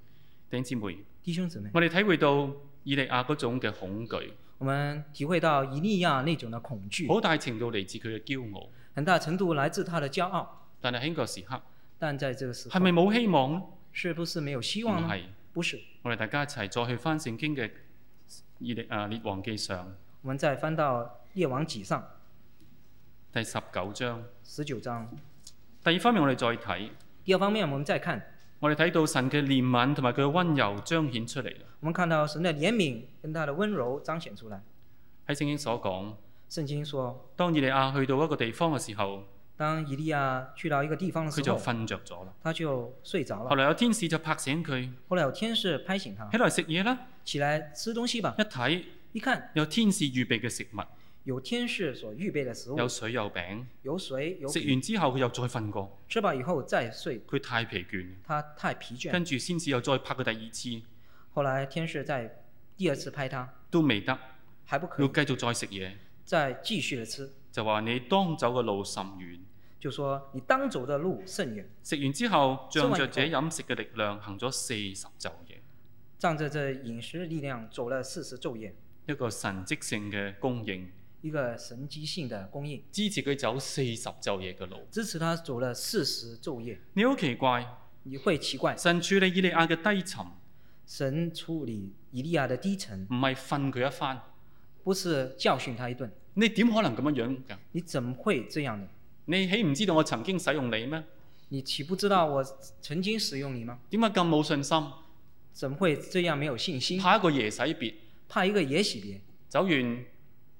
S1: 弟兄姊妹，
S2: 弟兄姊妹，
S1: 我哋體會到以利亞嗰種嘅恐懼，
S2: 我们体会到以利亚那种的恐惧，
S1: 好大程度嚟自佢嘅驕傲。
S2: 很大程度来自他的骄傲。
S1: 但係喺呢個時刻，
S2: 但在这个时
S1: 係
S2: 候，
S1: 咪冇希望呢？
S2: 是不是没有希
S1: 唔
S2: 望呢？
S1: 係，
S2: 不是，
S1: 我哋大家一齊再去翻聖經嘅以利啊列王記上
S2: 我们再翻到《列王纪上》
S1: 第十九章。
S2: 十九章。
S1: 第二方面，我哋再睇，
S2: 第二方面，我们再看，
S1: 我哋睇到神嘅憐憫同埋佢嘅温柔彰顯出嚟啦。
S2: 我们看到神的怜悯跟他的温柔彰显出来。
S1: 喺聖經所講，
S2: 圣经说，
S1: 當以利亞去到一個地方嘅時候，
S2: 当以利亚去到一个地方的
S1: 佢
S2: 时
S1: 就
S2: 候，
S1: 瞓着咗啦。
S2: 他就睡着
S1: 後來
S2: 了。
S1: 有天使就拍醒佢，
S2: 后来有天使拍醒他
S1: 起，來食嘢啦。
S2: 起来吃东西吧
S1: 一。睇
S2: 一看，
S1: 有天使預備嘅食物，
S2: 有天使所预备的食物，
S1: 有水有餅。
S2: 有水有
S1: 食
S2: 饼。
S1: 完之後佢又再瞓過，
S2: 吃饱以后再睡，
S1: 佢太疲倦，
S2: 他太疲倦。
S1: 跟住先至又再拍佢第二次，
S2: 后来天使在第二次拍他，
S1: 都未得，
S2: 还不可
S1: 要
S2: 以
S1: 繼續再食嘢。
S2: 再继续的吃，
S1: 就話你當走嘅路甚遠。
S2: 就说你当走的路甚远。
S1: 食完之後，
S2: 即係
S1: 仗
S2: 話
S1: 着這飲食嘅力量，行咗四十晝夜，
S2: 仗着这饮食的力量，走了四十昼夜，
S1: 一個神蹟性嘅供應，
S2: 一个神机性的供应，
S1: 支持佢走四十晝夜嘅路。
S2: 支持他走了四十昼夜。
S1: 你好奇怪，
S2: 你会奇怪，
S1: 神處理以利亞嘅低沉，唔
S2: 神处理以利亚的低沉，
S1: 係訓佢一番。
S2: 不是教训他一顿，
S1: 你點可能咁樣樣㗎？
S2: 你怎么会这样呢？
S1: 你豈唔知道我曾經使用你咩？
S2: 你岂不知道我曾经使用你吗？
S1: 點解咁冇信心？
S2: 怎么会这样没有信心？
S1: 怕一個耶洗別，
S2: 怕一个也洗别，
S1: 走完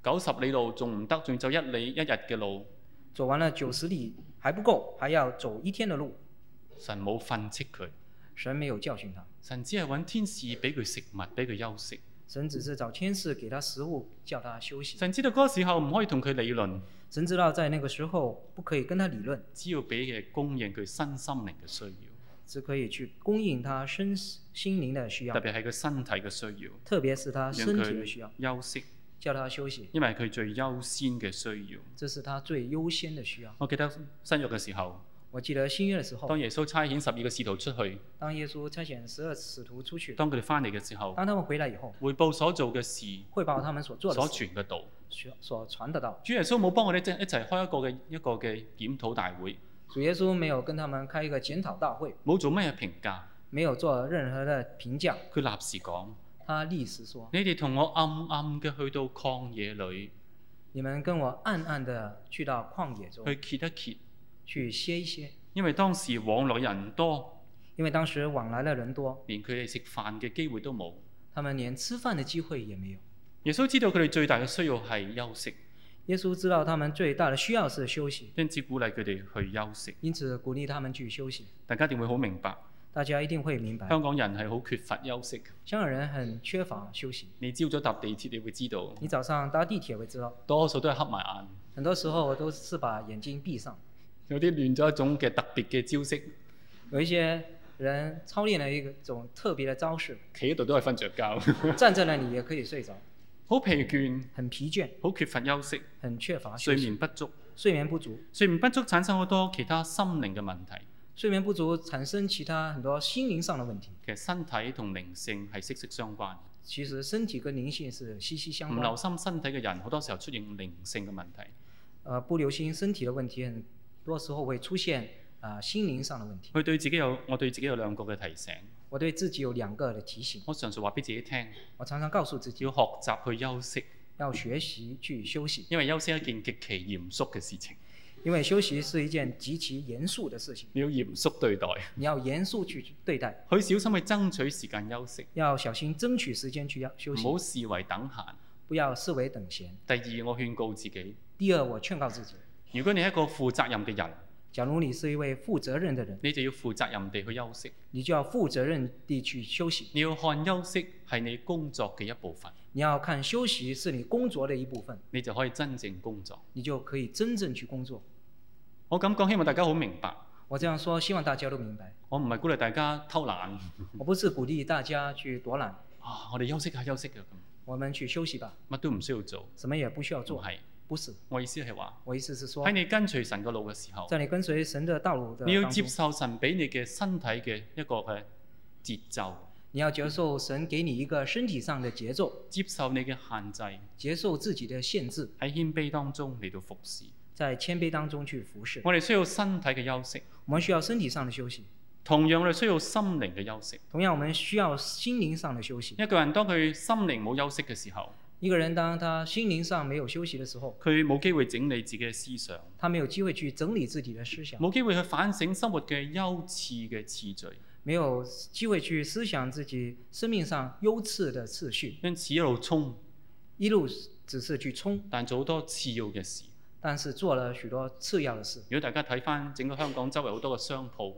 S1: 九十里路仲唔得，仲要走一里一日嘅路。
S2: 走完了九十里还不够，还要走一天的路。
S1: 神冇訓斥佢，
S2: 神没有教训他，
S1: 神只係揾天使俾佢食物，俾佢休息。
S2: 神只是找天使给他食物，叫他休息。
S1: 神知道嗰個時候唔可以同佢理論，
S2: 神知道在那个时候不可以跟他理论，
S1: 只要俾嘅供應佢身心靈嘅需要，
S2: 只可以去供应他身心灵的需要
S1: 特，別係佢身體嘅需要，
S2: 特别是他
S1: 讓
S2: 身体的需要，
S1: 佢休息，
S2: 叫他休息，
S1: 因為佢最優先嘅需要。
S2: 这是他最优先的需要。
S1: 我記得新約嘅時候，
S2: 我记得新约的时候
S1: 當，耶穌差遣十二個使徒出去，
S2: 当耶稣差遣十二使徒出去，
S1: 當佢哋翻嚟嘅時候，
S2: 当他们回来以后，
S1: 匯報所做嘅事，
S2: 汇报他们所做的
S1: 所
S2: 事，
S1: 傳嘅道。
S2: 所所传的道。
S1: 主耶穌冇幫我哋一齊開一個嘅一個嘅檢討大會，
S2: 主耶稣没有跟他们开一个检讨大会，
S1: 冇做咩評價。
S2: 没有做任何的评价，
S1: 佢立時講：
S2: 他立时说
S1: 你哋同我暗暗嘅去到曠野裏：“
S2: 你们跟我暗暗的去到旷野中
S1: 去歇一歇，
S2: 去歇一歇，
S1: 因為當時往來人多，
S2: 因为当时往来的人多，
S1: 連佢哋食飯嘅機會都冇。
S2: 他们连吃饭的机会也没有。
S1: 耶穌知道佢哋最大嘅需要係休息，
S2: 耶稣知道他们最大的需要是休息，
S1: 因此鼓勵佢哋去休息。
S2: 因此鼓励他们去休息。
S1: 大家一定會好明白，
S2: 大家一定会明白，
S1: 香港人係好缺乏休息。
S2: 香港人很缺乏休息。
S1: 你朝早搭地鐵，你會知道，
S2: 你早上搭地铁会知道，
S1: 多數都係黑埋眼，
S2: 很多时候都是把眼睛闭上。
S1: 有啲練咗一種嘅特別嘅招式，
S2: 有一些人操练了一个种特别的招式，
S1: 企喺度都係瞓着覺，
S2: 站在那里也可以睡着，
S1: 好疲倦，
S2: 很疲倦，
S1: 好缺乏休息，
S2: 很缺乏休
S1: 睡
S2: 息，
S1: 眠不足。
S2: 睡眠不足。
S1: 睡眠不足產生好多其他心靈嘅問題。
S2: 睡眠不足产生其他很多心灵上的问题，
S1: 其實身體同靈性係息息相關。
S2: 其实身体跟灵性是息息相
S1: 唔留
S2: 关。
S1: 心身體嘅人，好多時候出現靈性嘅問題。
S2: 呃，不留心身体的问题，很多时候会出现啊、呃心灵上的问题。
S1: 佢對自己有我對自己有兩個嘅提醒，
S2: 我对自己有两个的提醒，
S1: 我常常話俾自己聽，
S2: 我常常告诉自己
S1: 要學習去休息，
S2: 要学习去休息，
S1: 因為休息係一件極其嚴肅嘅事情，
S2: 因为休息是一件极其严肃的事情，
S1: 你要嚴肅對待，
S2: 你要严肃去对待，
S1: 佢小心去爭取時間休息，
S2: 要小心争取时间去要休
S1: 唔
S2: 息，
S1: 好視為等閒。
S2: 不要视为等闲。
S1: 第二，我勸告自己，
S2: 第二，我劝告自己，
S1: 如果你係一個負責任嘅人，
S2: 假如你是一位负责任的人，
S1: 你就要負責任地去休息，
S2: 你就要负责任地去休息。
S1: 你要看休息係你工作嘅一部分，
S2: 你要看休息是你工作的一部分，
S1: 你就可以真正工作。
S2: 你就可以真正去工作。
S1: 我咁講，希望大家好明白。
S2: 我这样说，希望大家都明白。
S1: 我唔係鼓勵大家偷懶
S2: 我不是鼓励大家去躲懒，
S1: 啊！我哋休息下休息下咁，
S2: 我们去休息吧，
S1: 乜都唔需要做。
S2: 什么也不需要
S1: 仲
S2: 做。
S1: 係，
S2: 不是，
S1: 我意思係話
S2: 我意思是说
S1: 喺，你跟隨神嘅路嘅時候，
S2: 在你跟随神的道路的
S1: 你要
S2: 当
S1: 接
S2: 中，
S1: 受神俾你嘅身體嘅一個嘅節奏，
S2: 你要接受神给你一个身体上的节奏，
S1: 接受你嘅限制，喺
S2: 接受自己的限制，
S1: 謙卑當中嚟到服侍。
S2: 在谦卑当中去服侍。
S1: 我哋需要身體嘅休息，
S2: 我们需要身体上的休息，
S1: 同樣我哋需要心靈嘅休息。
S2: 同样我们需要心灵上的休息。
S1: 一個人當佢心靈冇休息嘅時候，
S2: 一个人当他心灵上没有休息的时候，
S1: 佢冇機會整理自己嘅思想，
S2: 他没有机会去整理自己的思想，
S1: 冇機會去反省生活嘅優次嘅次序，
S2: 没有机会去思想自己生命上优次的次序，
S1: 因此一路衝，
S2: 一路只是去冲，
S1: 但做好多次要嘅事。
S2: 但是做了许多次要的事。
S1: 如果大家睇翻整個香港周圍好多嘅商鋪，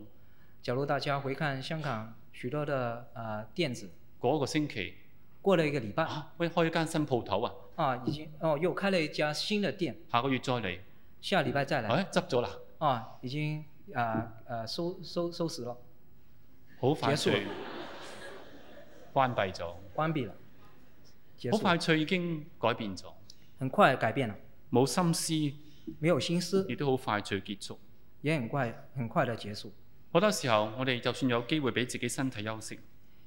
S2: 假如大家回看香港许多的呃店子，
S1: 嗰、個星期
S2: 过了一个礼拜
S1: 啊，喂開一間新鋪頭啊，
S2: 啊，已經哦又开了一家新的店，
S1: 下個月再嚟，
S2: 下礼拜再来
S1: 哎執咗啦，
S2: 啊，已经啊呃收收收拾了，
S1: 好快
S2: 結束
S1: 脆關閉咗，
S2: 关闭了，结
S1: 好
S2: 束了，
S1: 快脆已經改變咗，
S2: 很快改变了，
S1: 冇心思，
S2: 没有心思，
S1: 亦都好快脆結束。
S2: 也很快很快的结束。
S1: 好多時候，我哋就算有機會俾自己身體休息，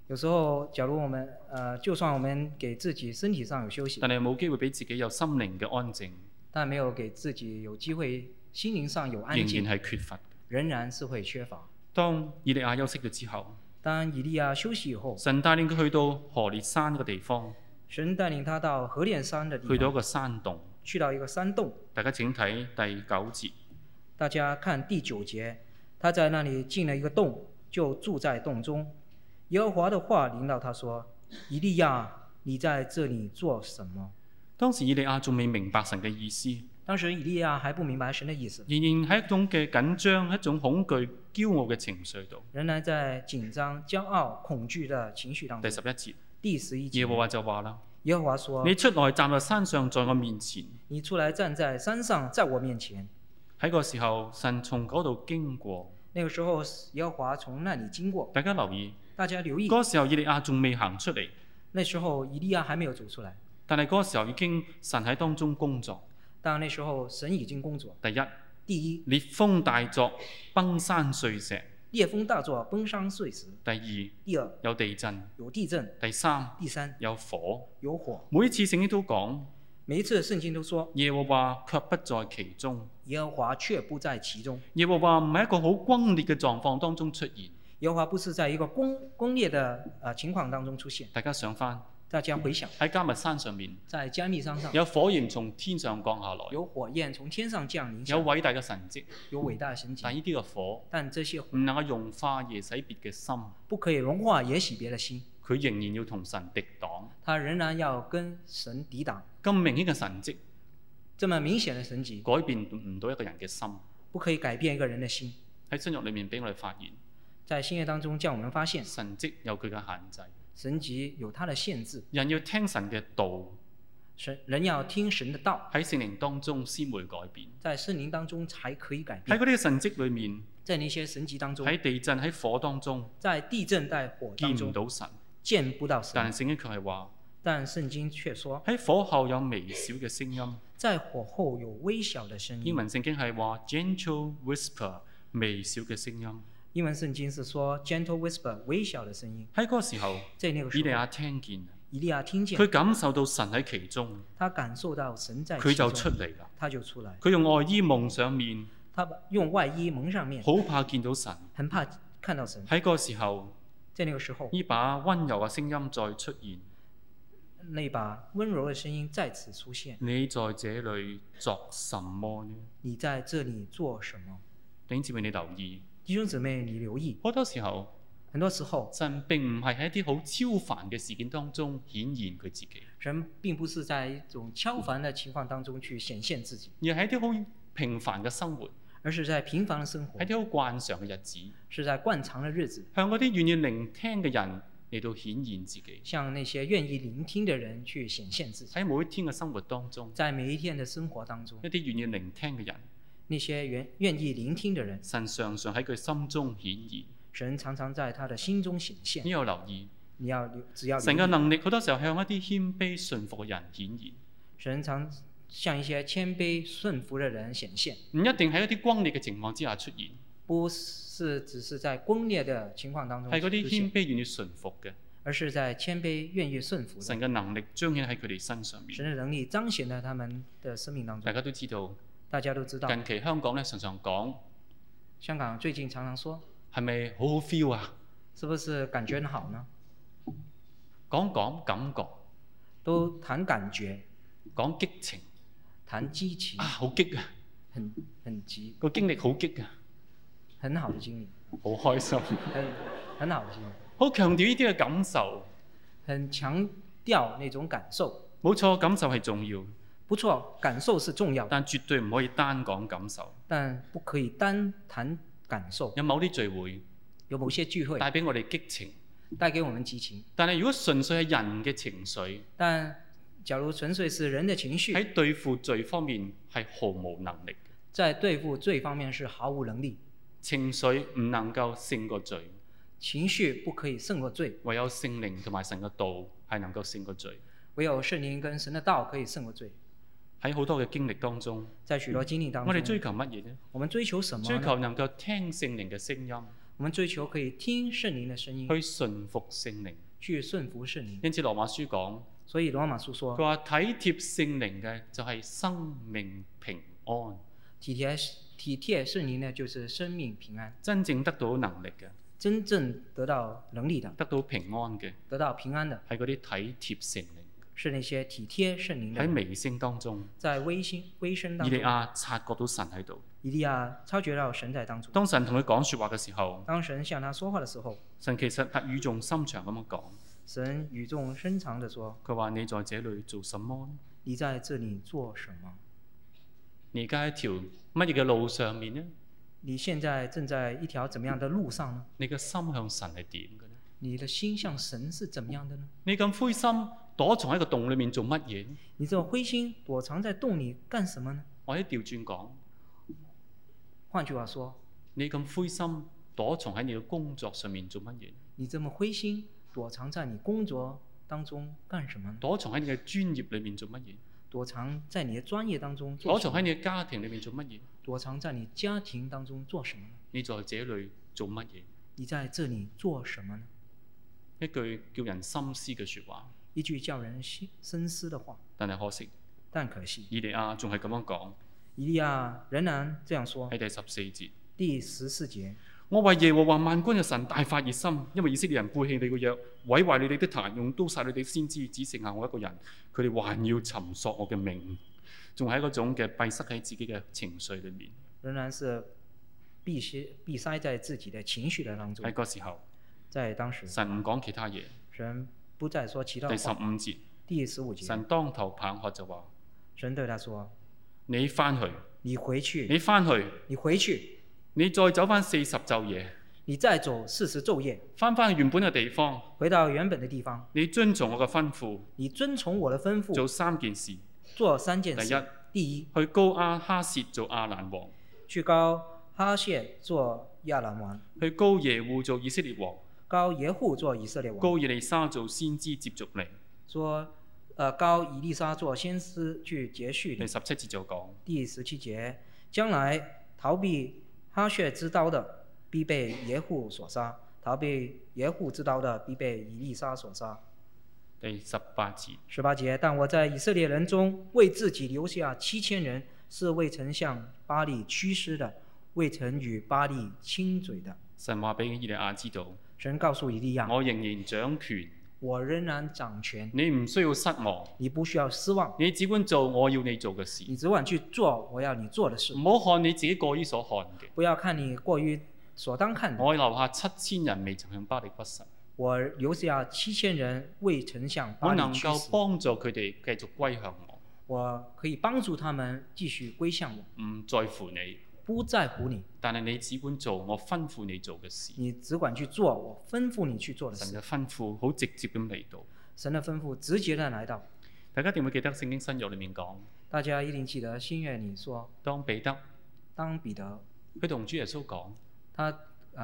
S2: 有时候，假如我们呃，就算我们给自己身体上有休息
S1: 但，係冇機會俾自己有心靈嘅安靜，
S2: 但没有给自己有机会心灵上有安
S1: 仍
S2: 静，
S1: 然係缺乏。
S2: 仍然是会缺乏。
S1: 當以利亞休息咗之後，
S2: 当以利亚休息以后，
S1: 神帶領佢去到何烈山嘅地方，
S2: 神带领他到何烈山的地
S1: 去到一
S2: 方，
S1: 個山洞。
S2: 去到一个山洞。
S1: 大家請睇第九節。
S2: 大家看第九节，他在那里进了一个洞，就住在洞中。耶和华的话临到他说：“以利亚，你在这里做什么
S1: 當時以利亞仲未明白神嘅意思，仍？”
S2: 当时以利亚还不明白神的意思，
S1: 然喺一種嘅緊張、一種恐懼、驕傲嘅情緒度。
S2: 仍然在紧张、骄傲、恐惧的情绪当
S1: 第
S2: 中。
S1: 十一節，
S2: 第十一节
S1: 耶，和華就話啦：
S2: 耶和华说
S1: 你出來站在山上，在我面前。：“
S2: 你出来站在山上，在我面前。
S1: 喺個時候，神從嗰度經過。”
S2: 那个时候，耶和华从那里经过。
S1: 大家留意，
S2: 大家留意，
S1: 嗰時候以利亞仲未行出嚟，
S2: 那时候以利亚还没有走出来，
S1: 但係嗰時候已經神喺當中工作。
S2: 但那时候神已经工作。
S1: 第一，
S2: 第一，
S1: 烈風大作，崩山碎石；
S2: 烈风大作，崩山碎石；
S1: 第二，
S2: 第二，
S1: 有地震；
S2: 有地震；
S1: 第三，
S2: 第三，
S1: 有火。
S2: 有火。
S1: 每一次聖經都講，
S2: 每一次圣经都说，
S1: 耶和華卻不在其中。
S2: 耶和华却不在其中。
S1: 耶和華唔係一個好轟烈嘅狀況當中出現。
S2: 耶和华不是在一个攻攻略的呃情况当中出现。
S1: 大家想翻
S2: 大家回想，
S1: 喺加密山上面，
S2: 在加密山上
S1: 有火焰從天上降下來，
S2: 有火焰从天上降临下
S1: 有，偉大嘅神跡。
S2: 有伟大的神迹
S1: 但，呢啲嘅火
S2: 但这些
S1: 唔能夠融化耶洗別嘅心，
S2: 不可以融化也洗别的心，
S1: 佢仍然要同神敵擋。
S2: 他仍然要跟神抵挡。
S1: 咁明顯嘅神跡
S2: 这么明顯的神迹，
S1: 改變唔到一個人嘅心。
S2: 不可以改变一个人的心。
S1: 喺新約裏面俾我哋發現，
S2: 在新约当中，叫我们发现
S1: 神跡有佢嘅限制，
S2: 神迹有它的限制，
S1: 人要聽神嘅道，
S2: 神人要听神的道，
S1: 喺聖靈當中先會改變。
S2: 在圣灵当中才可以改
S1: 喺
S2: 变。
S1: 嗰啲嘅神跡裏面，
S2: 在那些神迹当中，
S1: 喺地震、喺火當中
S2: 在地震、在火
S1: 見
S2: 当
S1: 唔
S2: 中
S1: 到神，
S2: 见不到
S1: 但係
S2: 神，
S1: 聖經卻係話。
S2: 但圣经却说，
S1: 喺火後有微小嘅聲音，
S2: 在火后有微小的声
S1: 英
S2: 音。
S1: 文聖經係話 gentle whisper，微小嘅聲音。
S2: 英文圣经是说 gentle whisper，微小的声音。
S1: 喺嗰個時候，
S2: 在那个
S1: 以利
S2: 时候，
S1: 亞聽見，
S2: 以利亚听见，
S1: 佢感受到神喺其中，
S2: 他感受到神在
S1: 佢
S2: 其
S1: 就
S2: 中，
S1: 出嚟啦。
S2: 他就出来，
S1: 佢用外衣蒙上面，
S2: 他把用外衣蒙上面，
S1: 好怕見到神。
S2: 很怕看到神。
S1: 喺個時候，
S2: 在那个时候，
S1: 呢把温柔嘅聲音再出現：
S2: 那把温柔的声音再次出现：“
S1: 你在這裏作什麼呢
S2: 你在这里做什么？”
S1: 弟兄姊妹，你留意，
S2: 弟兄姊妹，你留意，
S1: 好多時候
S2: 很多时候
S1: 神並唔係喺一啲好超凡嘅事件當中顯現佢自己，
S2: 人并不是在一种超凡的情况当中去显现自己，
S1: 而係一啲好平凡嘅生活，
S2: 而是在平凡的生活
S1: 喺，啲好慣常嘅日子，
S2: 是在惯常的日子，
S1: 向嗰啲願意聆聽嘅人嚟到顯現自己。
S2: 向那些愿意聆听的人去显现自己。
S1: 喺每一天嘅生活當中，
S2: 在每一天的生活当中
S1: 一，啲願意聆聽嘅人，
S2: 那些愿愿意聆听的人，
S1: 神常常喺佢心中顯現。
S2: 神常常在他的心中显现
S1: 你。有留意？
S2: 你要留只要
S1: 神嘅
S2: 留意
S1: 能力好多時候向一啲謙卑信服嘅人顯現，
S2: 神常向一些谦卑顺服的人显现，
S1: 唔一定喺一啲光烈嘅情況之下出現，
S2: 不是只是在攻略的情况当中
S1: 係嗰啲
S2: 出现
S1: 謙卑願意信服嘅，
S2: 而是在谦卑愿意顺服的。
S1: 神嘅能力彰顯喺佢哋身上
S2: 神
S1: 面。
S2: 的能力彰显在他们的生命当
S1: 大
S2: 中。
S1: 家都知道，
S2: 大家都知道，
S1: 近期香港咧常常講
S2: 香港最近常常说，
S1: 係咪好好 feel 啊？
S2: 是不是感觉很好呢？
S1: 講講感覺，
S2: 都谈感觉，
S1: 講激情
S2: 谈激情
S1: 啊，，好激啊！
S2: 很很急，
S1: 個經歷好激啊，
S2: 很好的经历，
S1: 好開心，
S2: 很很好的经历，
S1: 好強調呢啲嘅感受。
S2: 很强调那种感受。
S1: 冇錯，感受係重要，
S2: 不错，感受是重要的，
S1: 但絕對唔可以單講感受。
S2: 但不可以单谈感受。
S1: 有某啲聚會
S2: 有某些聚会
S1: 帶俾我哋激情，
S2: 带给我们激情，
S1: 但係如果純粹係人嘅情緒，
S2: 但假如纯粹是人的情绪，
S1: 喺對付罪方面係毫無能力嘅，
S2: 在对付罪方面是毫无能力，
S1: 情緒唔能夠勝過罪，
S2: 情绪不可以胜过罪，
S1: 唯有聖靈同埋神嘅道係能夠勝過罪。
S2: 唯有圣灵跟神的道可以胜过罪。
S1: 喺好多嘅經歷當中，
S2: 在许多经历当
S1: 我哋追
S2: 中，
S1: 求乜嘢呢？
S2: 我們追求什么
S1: 追
S2: 呢？
S1: 求能夠聽聖靈嘅聲音，
S2: 我們追求可以听圣灵的声音，
S1: 去順服聖靈。
S2: 去顺服圣灵。
S1: 因此羅馬書講，
S2: 所以罗马书
S1: 佢
S2: 说，
S1: 話體貼聖靈嘅就係生命平安，
S2: 体贴体贴圣灵呢，就是生命平安，
S1: 真正得到能力嘅，
S2: 真正得到能力的，
S1: 得到平安嘅
S2: 得到平安的，
S1: 係嗰啲體貼聖靈。
S2: 是那些体贴圣灵的
S1: 喺
S2: 人。
S1: 微聲當中，
S2: 在微星微声当
S1: 以利
S2: 中，
S1: 亞察覺到神喺度。
S2: 以利亚察觉到神在当中。
S1: 當神同佢講説話嘅時候，
S2: 当神向他说话的时候，
S1: 神其實係語重心長咁樣講，
S2: 神语重深长地说
S1: 佢話：你在這裏做什麼呢？：“
S2: 你在这里做什么？
S1: 你而家喺條乜嘢嘅路上面呢？
S2: 你现在正在一条怎么样的路上呢？
S1: 你嘅心向神係點嘅呢？
S2: 你的心向神是怎么样的呢？
S1: 你咁灰心躲藏喺個洞裏面做乜嘢呢？
S2: 你这灰心躲藏在洞里干什么呢？”
S1: 我喺調轉講，
S2: 换句话说，
S1: 你咁灰心躲藏喺你嘅工作上面做乜嘢？
S2: 你这么灰心躲藏在你工作当中干什么呢？
S1: 躲藏喺你嘅專業裏面做乜嘢？
S2: 躲藏在你的专业当中
S1: 躲
S2: 做什
S1: 藏
S2: 么
S1: 喺？你嘅家庭裏面做乜嘢？
S2: 躲藏在你家庭当中做什么呢？
S1: 你在這裏做乜嘢？
S2: 你在这里做什么呢？
S1: 一句叫人深思嘅説話，
S2: 一句叫人心深思的话，
S1: 但係可惜，
S2: 但可惜，
S1: 以利亞仲係咁樣講
S2: 以利亚仍然这样说
S1: 喺。第十四節。
S2: 第十四节，
S1: 我為耶和華萬軍嘅神大發熱心，因為以色列人背棄你個約，毀壞你哋的壇，用刀殺你哋先知，只剩下我一個人。佢哋還要尋索我嘅命，仲喺嗰種嘅閉塞喺自己嘅情緒裏面。
S2: 仍然是必须闭塞在自己的情绪的当
S1: 喺
S2: 中。
S1: 嗰時候，
S2: 在当时，
S1: 神唔講其他嘢。
S2: 神不再说其他
S1: 第
S2: 的
S1: 十五
S2: 话。
S1: 節，
S2: 第十五节，
S1: 神當頭棒喝就話：
S2: 神对他说
S1: 你翻去，：“
S2: 你回去，
S1: 你翻去，
S2: 你回去，
S1: 你再走翻四十晝夜，
S2: 你再走四十昼夜，
S1: 翻翻原本嘅地方，
S2: 回到原本的地方，
S1: 你遵從我嘅吩咐，
S2: 你遵从我的吩咐，
S1: 做三件事：
S2: 做三件
S1: 第一
S2: 事。第一，
S1: 去高阿哈薛做亞蘭王，
S2: 去高哈谢做亚兰王，
S1: 去高耶户做以色列王。
S2: 高耶户做以色列王，
S1: 高以利沙做先知接續你。
S2: 说呃高以利沙做先师去接续
S1: 第
S2: 你。
S1: 十七節就講，
S2: 第十七节，将来逃避哈谢之刀的，必被耶户所杀；逃避耶户之刀的，必被以利沙所杀。
S1: 第十八節，
S2: 十八节，但我在以色列人中为自己留下七千人，是未曾向巴黎屈膝的。未曾与巴利亲嘴的。
S1: 神話俾以利亞知道，
S2: 神告诉以利亚：“
S1: 我仍然掌權，
S2: 我仍然掌权，
S1: 你唔需要失望，
S2: 你不需要失望，
S1: 你只管做我要你做嘅事，
S2: 你只管去做我要你做的事，
S1: 唔好看你自己過於所看嘅。
S2: 不要看你过于所当看的。
S1: 我留下七千人未曾向巴力屈神，
S2: 我留下七千人未曾向巴
S1: 我
S2: 利
S1: 能
S2: 屈
S1: 夠
S2: 死，
S1: 幫助佢哋繼續歸向我，
S2: 我可以帮助他们继续归向我，
S1: 唔在乎你，
S2: 不在乎你，
S1: 但係你只管做我吩咐你做嘅事。
S2: 你只管去做我吩咐你去做的
S1: 神
S2: 事。
S1: 嘅吩咐好直接咁嚟到，
S2: 神的吩咐直接的来到。
S1: 大家一定會記得聖經新約裏面講，
S2: 大家一定记得新约里说，
S1: 當彼得
S2: 当彼得
S1: 佢同主耶穌講，
S2: 他啊、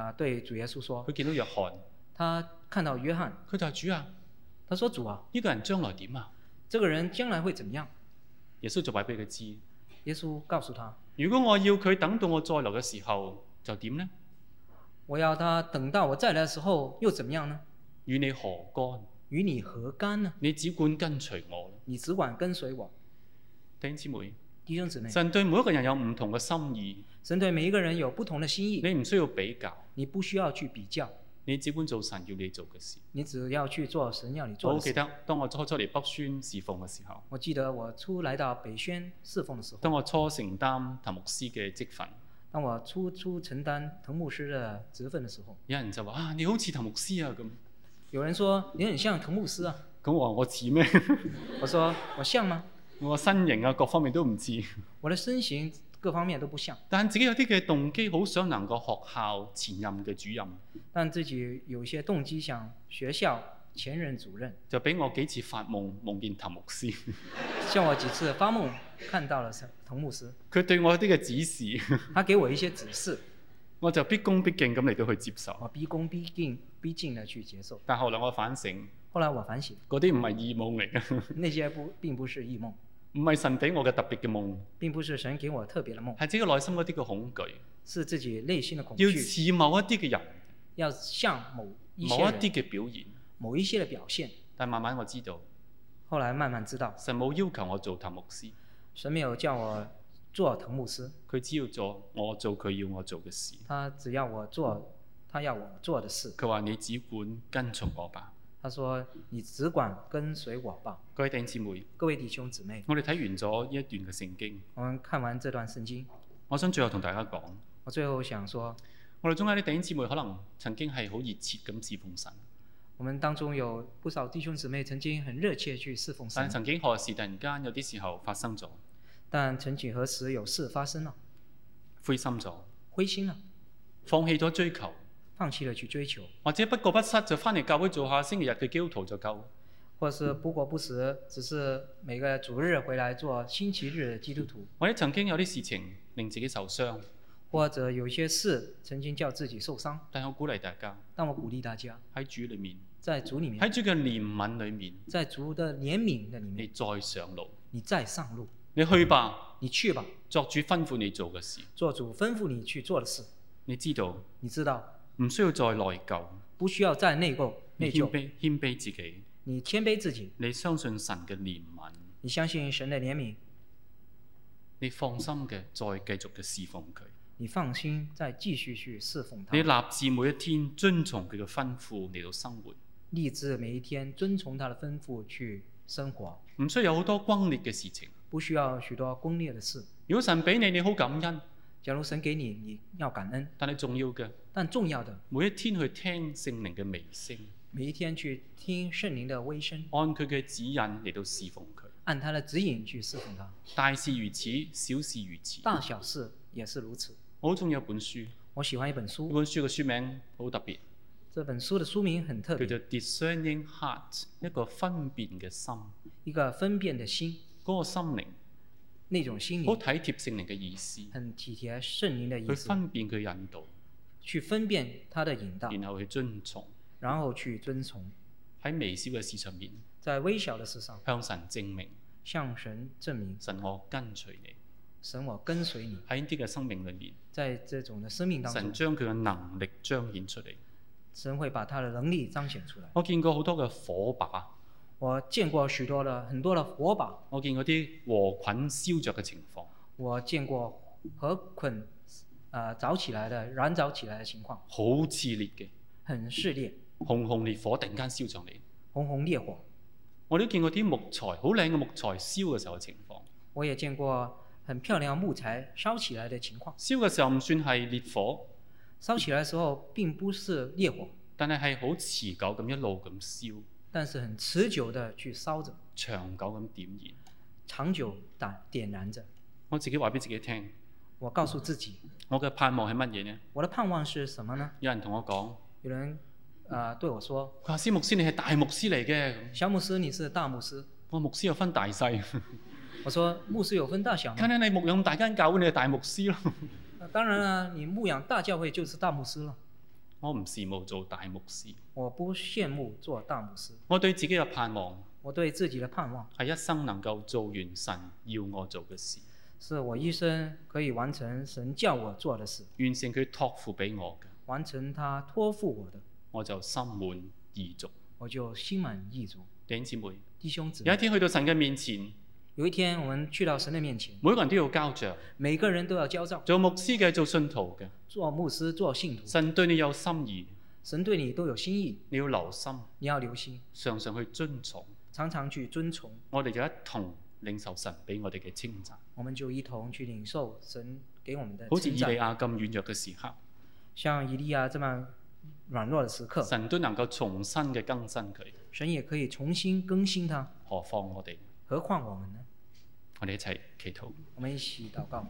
S2: 呃对主耶稣说，
S1: 佢見到約翰，
S2: 他看到约翰，
S1: 佢就話主啊，
S2: 他说主啊，
S1: 呢、個人將來點啊？
S2: 这个人将来会怎么样？
S1: 耶穌就話俾佢知。
S2: 耶稣告诉他，
S1: 如果我要佢等到我再來嘅時候，就點呢？
S2: 我要他等到我再来的时候又怎么样呢？
S1: 與你何干？
S2: 与你何干呢？
S1: 你只管跟隨我。
S2: 你只管跟随我。
S1: 弟兄姊妹，
S2: 弟兄姊妹，
S1: 神對每一個人有唔同嘅心意，
S2: 神对每一个人有不同的心意，
S1: 你唔需要比較，
S2: 你不需要去比较，
S1: 你只管做神要你做嘅事。
S2: 你只要去做神要你
S1: 我
S2: 做
S1: 好
S2: 的
S1: 記
S2: 事。
S1: 得，當我初初嚟北宣侍奉嘅時候，
S2: 我记得我初来到北宣侍奉的时候，
S1: 當我初承擔譚牧師嘅職份，
S2: 当我初初承担藤牧师的职分的时候，
S1: 有人就話：啊，你好似譚牧師啊咁。
S2: 有人说你很像藤牧师啊，
S1: 咁我話我似咩？
S2: 我说我像吗？
S1: 我個身形啊，各方面都唔似，
S2: 我的身形各方面都不像，
S1: 但自己有啲嘅動機，好想能夠學校前任嘅主任，
S2: 但自己有一些动机想学校前任主任。
S1: 就俾我幾次發夢夢見譚牧師。
S2: 像我几次发梦看到了藤牧师，
S1: 佢對我有啲嘅指示，
S2: 他给我一些指示，
S1: 我就毕恭毕敬咁嚟到去接受。
S2: 我毕恭毕敬、逼近的去接受。
S1: 但後來我反省，
S2: 后来我反省，
S1: 嗰啲唔係異夢嚟嘅，
S2: 那些不并不是异梦，
S1: 唔係神俾我嘅特別嘅夢，
S2: 并不是神给我特别的梦，
S1: 係自己內心嗰啲嘅恐懼，
S2: 是自己内心的恐
S1: 要
S2: 惧，
S1: 似某一啲嘅人，
S2: 要向某一
S1: 某
S2: 些
S1: 一
S2: 人
S1: 啲嘅表現。
S2: 某一些的表现。
S1: 但慢慢我知道，
S2: 后来慢慢知道，
S1: 神冇要求我做譚牧師，
S2: 神没有叫我做藤牧师，
S1: 佢只要做我做佢要我做嘅事。
S2: 他只要我做他要我做的事。
S1: 佢話：你只管跟從我吧。
S2: 他说：“你只管跟随我吧。
S1: 各位弟兄姊妹，”
S2: 各位弟兄姊妹，
S1: 我哋睇完咗呢一段嘅聖經，
S2: 我们看完这段圣经，
S1: 我想最後同大家講，
S2: 我最后想说，
S1: 我哋中間啲弟兄姊妹可能曾經係好熱切咁侍奉神。
S2: 我们当中有不少弟兄姊妹曾经很热切去侍奉
S1: 但
S2: 神
S1: 係，曾經何時突然間有啲時候發生咗，
S2: 但曾几何时有事发生了，
S1: 灰心咗，
S2: 灰心了，
S1: 放棄咗追求，
S2: 放弃了去追求，
S1: 或者不過不失就翻嚟教會做下星期日嘅基督徒就夠。
S2: 或是不过不时，只是每个主日回来做星期日的基督徒，
S1: 或者曾經有啲事情令自己受傷，
S2: 或者有些事曾经叫自己受伤。
S1: 但我鼓勵大家
S2: 但我鼓励大家，
S1: 喺主裏面，
S2: 在主里面，
S1: 喺主嘅憐憫裏面，
S2: 在主的怜悯的里
S1: 你
S2: 面，
S1: 再上路，
S2: 你再上路，
S1: 你去吧，
S2: 你去吧，
S1: 作主吩咐你做嘅事，
S2: 做主吩咐你去做的事，
S1: 你知道
S2: 你知道，
S1: 唔需要再內疚，
S2: 不需要再内疚
S1: 你
S2: 内
S1: 謙
S2: 疚，
S1: 卑謙卑自己，
S2: 你谦卑自己，
S1: 你相信神嘅憐憫，
S2: 你相信神的怜悯，
S1: 你放心嘅再繼續嘅侍奉佢。
S2: 你放心再继续去侍奉他
S1: 你。立志每一天遵從佢嘅吩咐嚟到生活，
S2: 立志每一天遵从他的吩咐去生活，
S1: 唔需要有好多轟烈嘅事情。
S2: 不需要许多攻略的事。
S1: 如果神俾你，你好感恩，
S2: 假如神给你，你要感恩。
S1: 但係重要嘅
S2: 但重要的，
S1: 每一天去聽聖靈嘅微聲，
S2: 每一天去听圣灵的微声，
S1: 按佢嘅指引嚟到侍奉佢。
S2: 按他的指引去侍奉他。
S1: 大事如此，小事如此。
S2: 大小事也是如此。
S1: 我好中意有本書，呢
S2: 我喜欢一本
S1: 本
S2: 书，
S1: 書嘅書名好特別，
S2: 这本书的书名很特
S1: 叫
S2: 别，
S1: 做《Discerning Heart》，一個分辨嘅心，嗰、
S2: 一个分辨的心，
S1: 個心靈
S2: 那种心
S1: 好
S2: 灵
S1: 體貼聖靈嘅意思，
S2: 很体贴圣灵的意
S1: 去
S2: 思，
S1: 分辨佢引導，
S2: 去分辨他的引导，
S1: 然後去遵從
S2: 然后去遵从，
S1: 喺微小嘅事上面
S2: 在微小的事上
S1: 向神證明。
S2: 向神证明
S1: 神我跟隨你
S2: 神我跟随你。
S1: 喺呢啲嘅生命裏面，
S2: 在这种的生命当
S1: 神
S2: 中，
S1: 將佢嘅能力彰顯出嚟。
S2: 神會把他的能力彰显出来。
S1: 我見過好多嘅火把，
S2: 我见过许多的很多的火把，
S1: 我見嗰啲禾捆燒着嘅情況，
S2: 我见过河捆，啊、呃早起来的燃早起来的情况，
S1: 好炽烈嘅，
S2: 很炽烈，
S1: 熊熊烈火突然間燒上嚟。
S2: 熊熊烈火。
S1: 我都見過啲木材，好靚嘅木材燒嘅時候嘅情況。
S2: 我也见过很漂亮木材烧起来的情况，
S1: 燒嘅時候唔算係烈火，
S2: 烧起来的时候并不是烈火，
S1: 但係係好持久咁一路咁燒，
S2: 但是很持久的去烧着，
S1: 長久咁點燃。
S2: 长久打点燃着。
S1: 我自己話俾自己聽，
S2: 我告诉自己，
S1: 我嘅盼望係乜嘢呢？
S2: 我的盼望是什么呢？
S1: 有人同我講，
S2: 有人呃对我说
S1: 佢話：師牧師，你係大牧師嚟嘅。咁：“
S2: 小牧师，你是大牧师。
S1: 我話牧師有分大細，
S2: 我说：“牧师有分大小
S1: 睇
S2: 吗
S1: 睇你牧養咁大間教會，你係大牧師咯。？”
S2: 呃当然了，你牧养大教会就是大牧师了。
S1: 我唔羨慕做大牧師，
S2: 我不羡慕做大牧师，
S1: 我對自己嘅盼望
S2: 我对自己的盼望
S1: 係一生能夠做完神要我做嘅事，
S2: 是我一生可以完成神叫我做的事，
S1: 完成佢托付俾我嘅，
S2: 完成他托付我的，
S1: 我就心滿意足。
S2: 我就心满意足。
S1: 弟兄姊妹，
S2: 弟兄姊
S1: 有一
S2: 妹，
S1: 天去到神嘅面前，
S2: 有一天我们去到神的面前，
S1: 每個人都要交着。
S2: 每个人都要焦躁。
S1: 做牧師嘅，做信徒嘅，
S2: 做牧师，做信徒，
S1: 神對你有心意，
S2: 神对你都有心意，
S1: 你要留心，
S2: 你要留心，
S1: 常常去遵從。
S2: 常常去遵从。
S1: 我哋就一同領受神俾我哋嘅稱讚。
S2: 我们就一同去领受神给我们的
S1: 好似
S2: 称
S1: 以啊利亞
S2: 赞。
S1: 咁軟弱嘅時刻，
S2: 像以利亚这么软弱的时刻，
S1: 神都能夠重新嘅更新佢，
S2: 神也可以重新更新他。
S1: 何況我哋？
S2: 何况我们呢？
S1: 我哋一齊祈禱。
S2: 我们一起祷告。